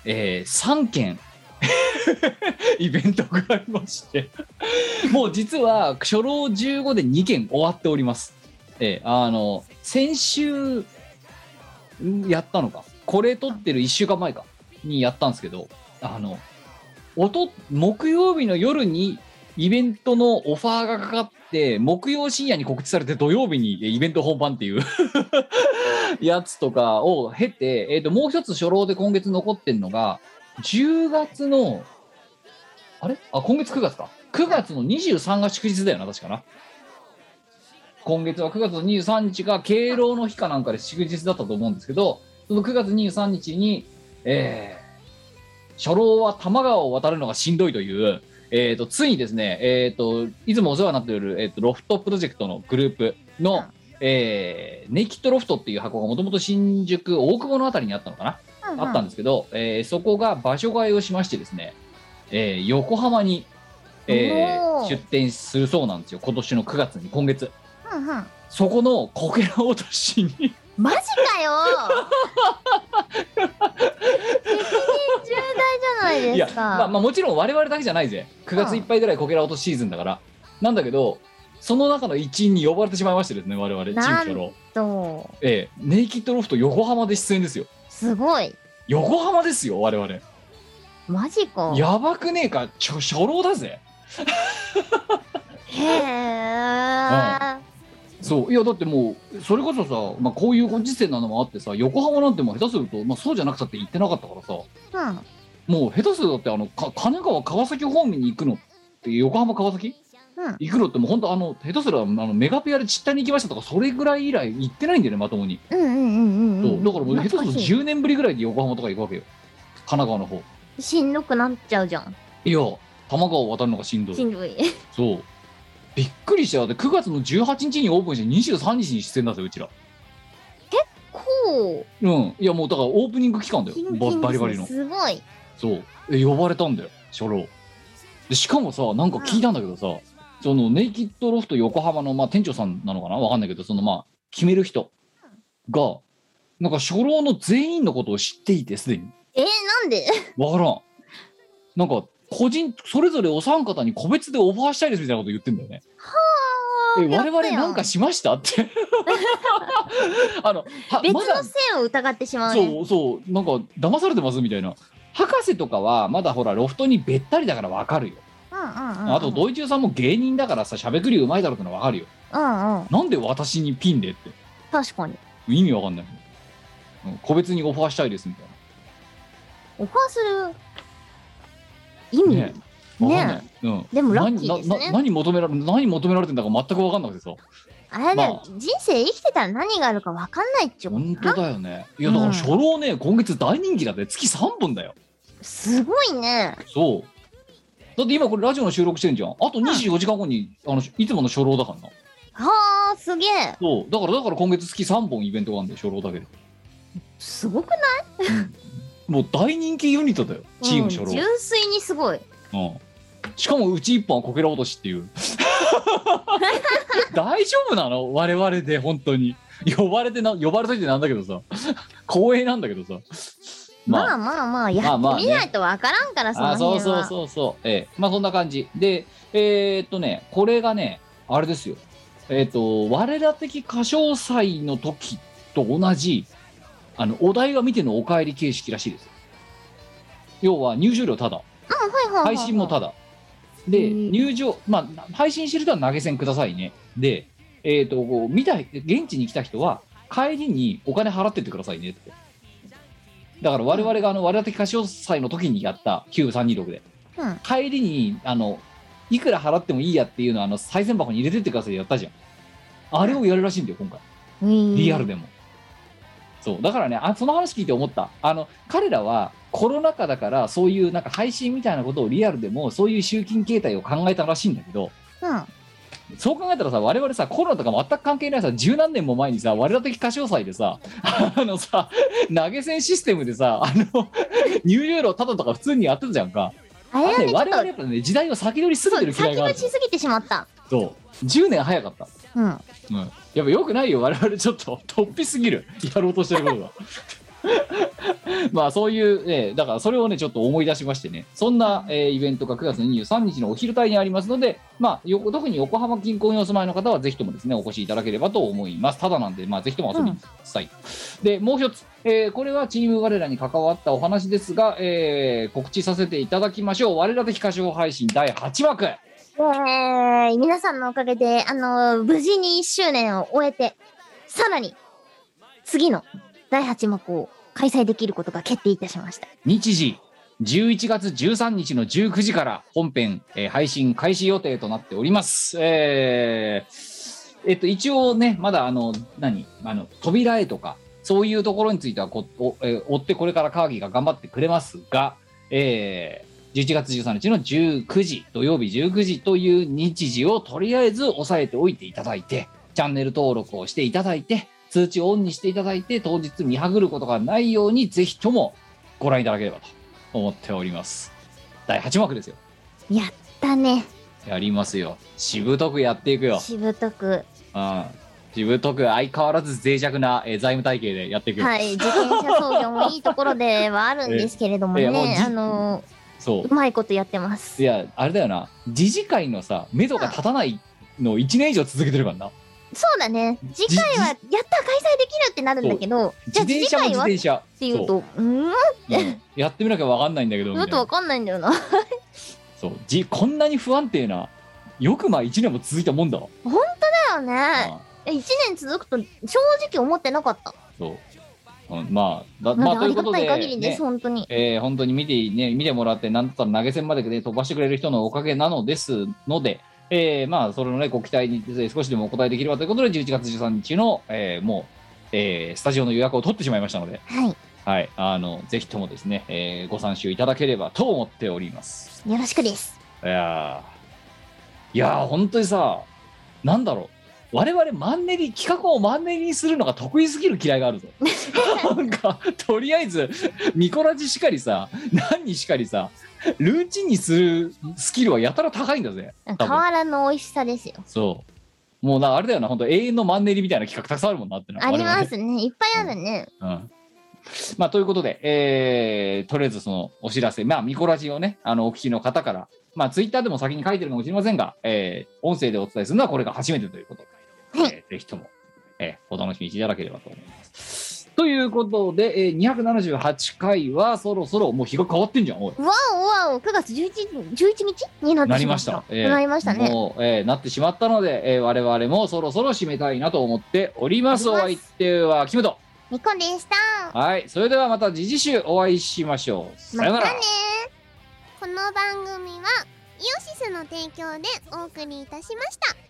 え3件 イベントがありましてもう実は初老15で2件終わっております、えーあの先週んやったのかこれ撮ってる1週間前かにやったんですけどあのおと木曜日の夜にイベントのオファーがかかって木曜深夜に告知されて土曜日にえイベント本番っていう やつとかを経て、えー、ともう一つ初老で今月残ってるのが10月のあれあ今月9月か9月の23が祝日だよな確かな今月は9月の23日が敬老の日かなんかで祝日だったと思うんですけどその9月23日にえー初老は多摩川を渡るのがしんどいというえー、とついにですね、えー、といつもお世話になっている、えー、とロフトプロジェクトのグループの、
うん
えーネイキッドロフトっていう箱がもともと新宿大久保のあたりにあったのかな、
うんうん
あったんですけど、えーそこが場所替えをしましてですね、えー横浜に、えー
おー
出店するそうなんですよ今年の9月に今月
うんうん
そこのこけら落としに
マジかよ責任重大じゃない
い
で
や
すか。
まあ、まあもちろん我々だけじゃないぜ9月いっぱいぐらいこけら落としシーズンだから、なんだけどその中の一員に呼ばれてしまいましてですね我々チーム
なん
初老
と
ええ、ネイキッドロフト横浜で出演ですよ
すごい。
横浜ですよ我々
マジか。
やばくねえかちょ初老だぜ
へえ。
そそういやだってもうそれこそさ、まあ、こういうご時世なのもあってさ横浜なんてもう下手すると、まあ、そうじゃなくたって行ってなかったからさ
うん。
もう下手するとだってあのか神奈川川崎方面に行くのって横浜川崎
うん。
行くのってもう本当あの下手するとあのメガペアでちったに行きましたとかそれぐらい以来行ってないんだよねまともに、
うんうんうんうん。
そううんだからもう下手する
懐
と
かしい
10年ぶりぐらいで横浜とか行くわけよ神奈川の方
しんどくなっちゃうじゃん。
いや多摩川渡るのがしんどい
しんどい。
そうびっくりしたよで9月の18日にオープンして23日に出演だぜうちら
こ
うんいやもうだからオープニング期間
う、
だよ
キン
バ
キン
バリバ
で
リ
すね。
の
すごい。
そうで呼ばれたんだよ初老でしかもさなんか聞いたんだけどさ、そのネイキッドロフト横浜の、まあ、店長さんなのかなわかんないけどそのまあ決める人がなんか初老の全員のことを知っていてすでに
えー、なんで
わからんなんか個人それぞれお三方に個別でオファーしたいですみたいなこと言ってんだよね
あ
え
やっ
我
たやん
々なんかしましたって あのは
別
ま
の
だ
線を疑ってしまうね。
そうそうなんか騙されてますみたいな博士とかはまだほらロフトにべったりだからわかるよ、
うんうんうんうん。
あとドイチューさんも芸人だからさしゃべくりうまいだろうってのはわかるよ
うんうん。
なんで私にピンでって
確かに。
意味わかんないうん個別にオファーしたいですみたい
オファーする意味、
なねわかんない、うん
でもラッキーですね
何なな何求められ何求められてんだか全くわかんなくてさ
あれだよ、
まあ
人生生きてたら何があるか分かんないっちゅうこと
本当だよねいや
うん
だから初老ね今月大人気だって月3本だよ
すごいね
そうだって今これラジオの収録してんじゃんあと24時間後に、あのいつもの初老だからな
はあすげえ
そうだからだから今月月3本イベントがあるんだよ初老だけで、
すごくない
もう大人気ユニットだよチーム初
うん
老、
純粋にすごい
うんしかもうち1本はこけら落としって いう大丈夫なの我々で本当に呼ばれてな呼ばれといてなんだけどさ光栄なんだけどさまあ
まあまあまあや
まあまあ
って
ね
みないと分からんからその
あそう
辺
そう
は
そうそうええまあそんな感じでえーっとねこれがねあれですよえーっと我ら的歌唱祭の時と同じあのお題は見てのお帰り形式らしいです要は入場料ただ
うんはいはいはいはい
配信もただ
へ
で
ー
入場まあ配信してる人は投げ銭くださいねでえーっとこう見た現地に来た人は帰りにお金払ってってくださいねってだから我々があの我ら的歌唱祭の時にやった9326で
うん
帰りにあのいくら払ってもいいやっていうのをあの賽銭箱に入れてってくださいやったじゃんあれをやるらしいんだよ今回
うん
リアルでも、そうだからねあその話聞いて思ったあの彼らはコロナ禍だからそういうなんか配信みたいなことをリアルでもそういう集金形態を考えたらしいんだけど
うん
そう考えたらさ我々さコロナとか全く関係ないさ十何年も前にさ我ら的歌唱祭でさ あのさ投げ銭システムでさあの入場料タダとか普通にやってたじゃんか
あれ
ね
はねちょっ
我
と
々やっぱね時代を先取りすぎてる
そ
嫌
う
い
先
がある
走りすぎてしまった
そう10年早かった、
うん
うん、やっぱよくないよ我々ちょっと突飛すぎるやろうとしてることが まあそういう、ね、だからそれをねちょっと思い出しましてねそんな、えーイベントが9月23日のお昼帯にありますので、まあ、よ特に横浜近郊にお住まいの方はぜひともですねお越しいただければと思いますただなんで、まあ、ぜひとも遊びに来てください、でもう一つ、えーこれはチーム我らに関わったお話ですが、えー告知させていただきましょう我ら的歌唱配信第8枠
えー、皆さんのおかげで、あのー無事に1周年を終えて、さらに、次の第8幕を開催できることが決定いたしました。
日時11月13日の19時から本編、えー配信開始予定となっております。えーえっと、一応ね、まだあの、何あの、扉絵とか、そういうところについてはこお、えー追ってこれからカーギーが頑張ってくれますが、えー11月13日の19時、土曜日19時という日時をとりあえず押さえておいていただいて、チャンネル登録をしていただいて、通知をオンにしていただいて、当日見はぐることがないように、ぜひともご覧いただければと思っております。第8幕ですよ。
やったね。
やりますよ。しぶとくやっていくよ。
しぶとく。
うん。しぶとく相変わらず脆弱な、えー財務体系でやっていくよ。
はい。自転車操業もいいところではあるんですけれども
ええもう
ね、
じ
あの
そ
ー
う
う。まいことやってます
い。や、あれだよな。自治会のさ、目処が立たないのを1年以上続けてるからな。
そうだね。次回は、やった開催できるってなるんだけど、じ
自
ゃあ次
転車も
回
自
はっ
転車。
ていうと、うーん
そう、うん やってみなきゃわかんないんだけど、
ち
み
ょった
い
と
な
わかんないんだよな。
そうじ。こんなに不安定な、よくまあ1年も続いたもんだわ。
だよね。
うん
え1年続くと正直思ってなかった。
そう、うん、まあだ、ま
な
あ、とい
んであ
う
り
こ
が
と
た
で、
い限りで
ね
す、本当に。
えー本当に見ていいね見てもらって、なんだったら投げ銭まで、ね、飛ばしてくれる人のおかげなのですので、えーまあ、それの、ね、ご期待にえー少しでもお答えできればということで、11月13日の、えーもう、えースタジオの予約を取ってしまいましたので、
は
はい、あのぜひともですね、えーご参集いただければと思っております。
い。よろしくです。
いやー、いやー本当にさ、なんだろう、我々マンネリ、企画をマンネリにするのが得意すぎる嫌いがある ぞ。なんか、とりあえず、ミコラジしかりさ、何にしかりさ、ルーチンにするスキルはやたら高いんだぜ。
変
多分
わらぬ美味しさですよ。
そう。もうな、あれだよな、本当永遠のマンネリみたいな企画たくさんあるもんなってな。
ありま
我
すね。いっぱいあるね。
々。うんまあ、ということで、えーとりあえずそのお知らせ、まあ、ミコラジをね、あのお聞きの方から、まあ、ツイッターでも先に書いてるかもしれませんが、えー音声でお伝えするのはこれが初めてということで、えーぜひとも、えーお楽しみいただければと思います。ということで、えー278回はそろそろもう日が変わってんじゃん、おい。
わおわお、9月11日 ,11 日になって
な
し
り
ま
ま
っ。
したた。えー
なりましたね。
もう、えーなってしまったので、えー我々もそろそろ締めたいなと思っております。
お
お相
ります
手はキムト。
ニコでした。
はい。それではまた次々週お会いしましょう。さ
ま
よなら。
たねこの番組はイオシスの提供でお送りいたしました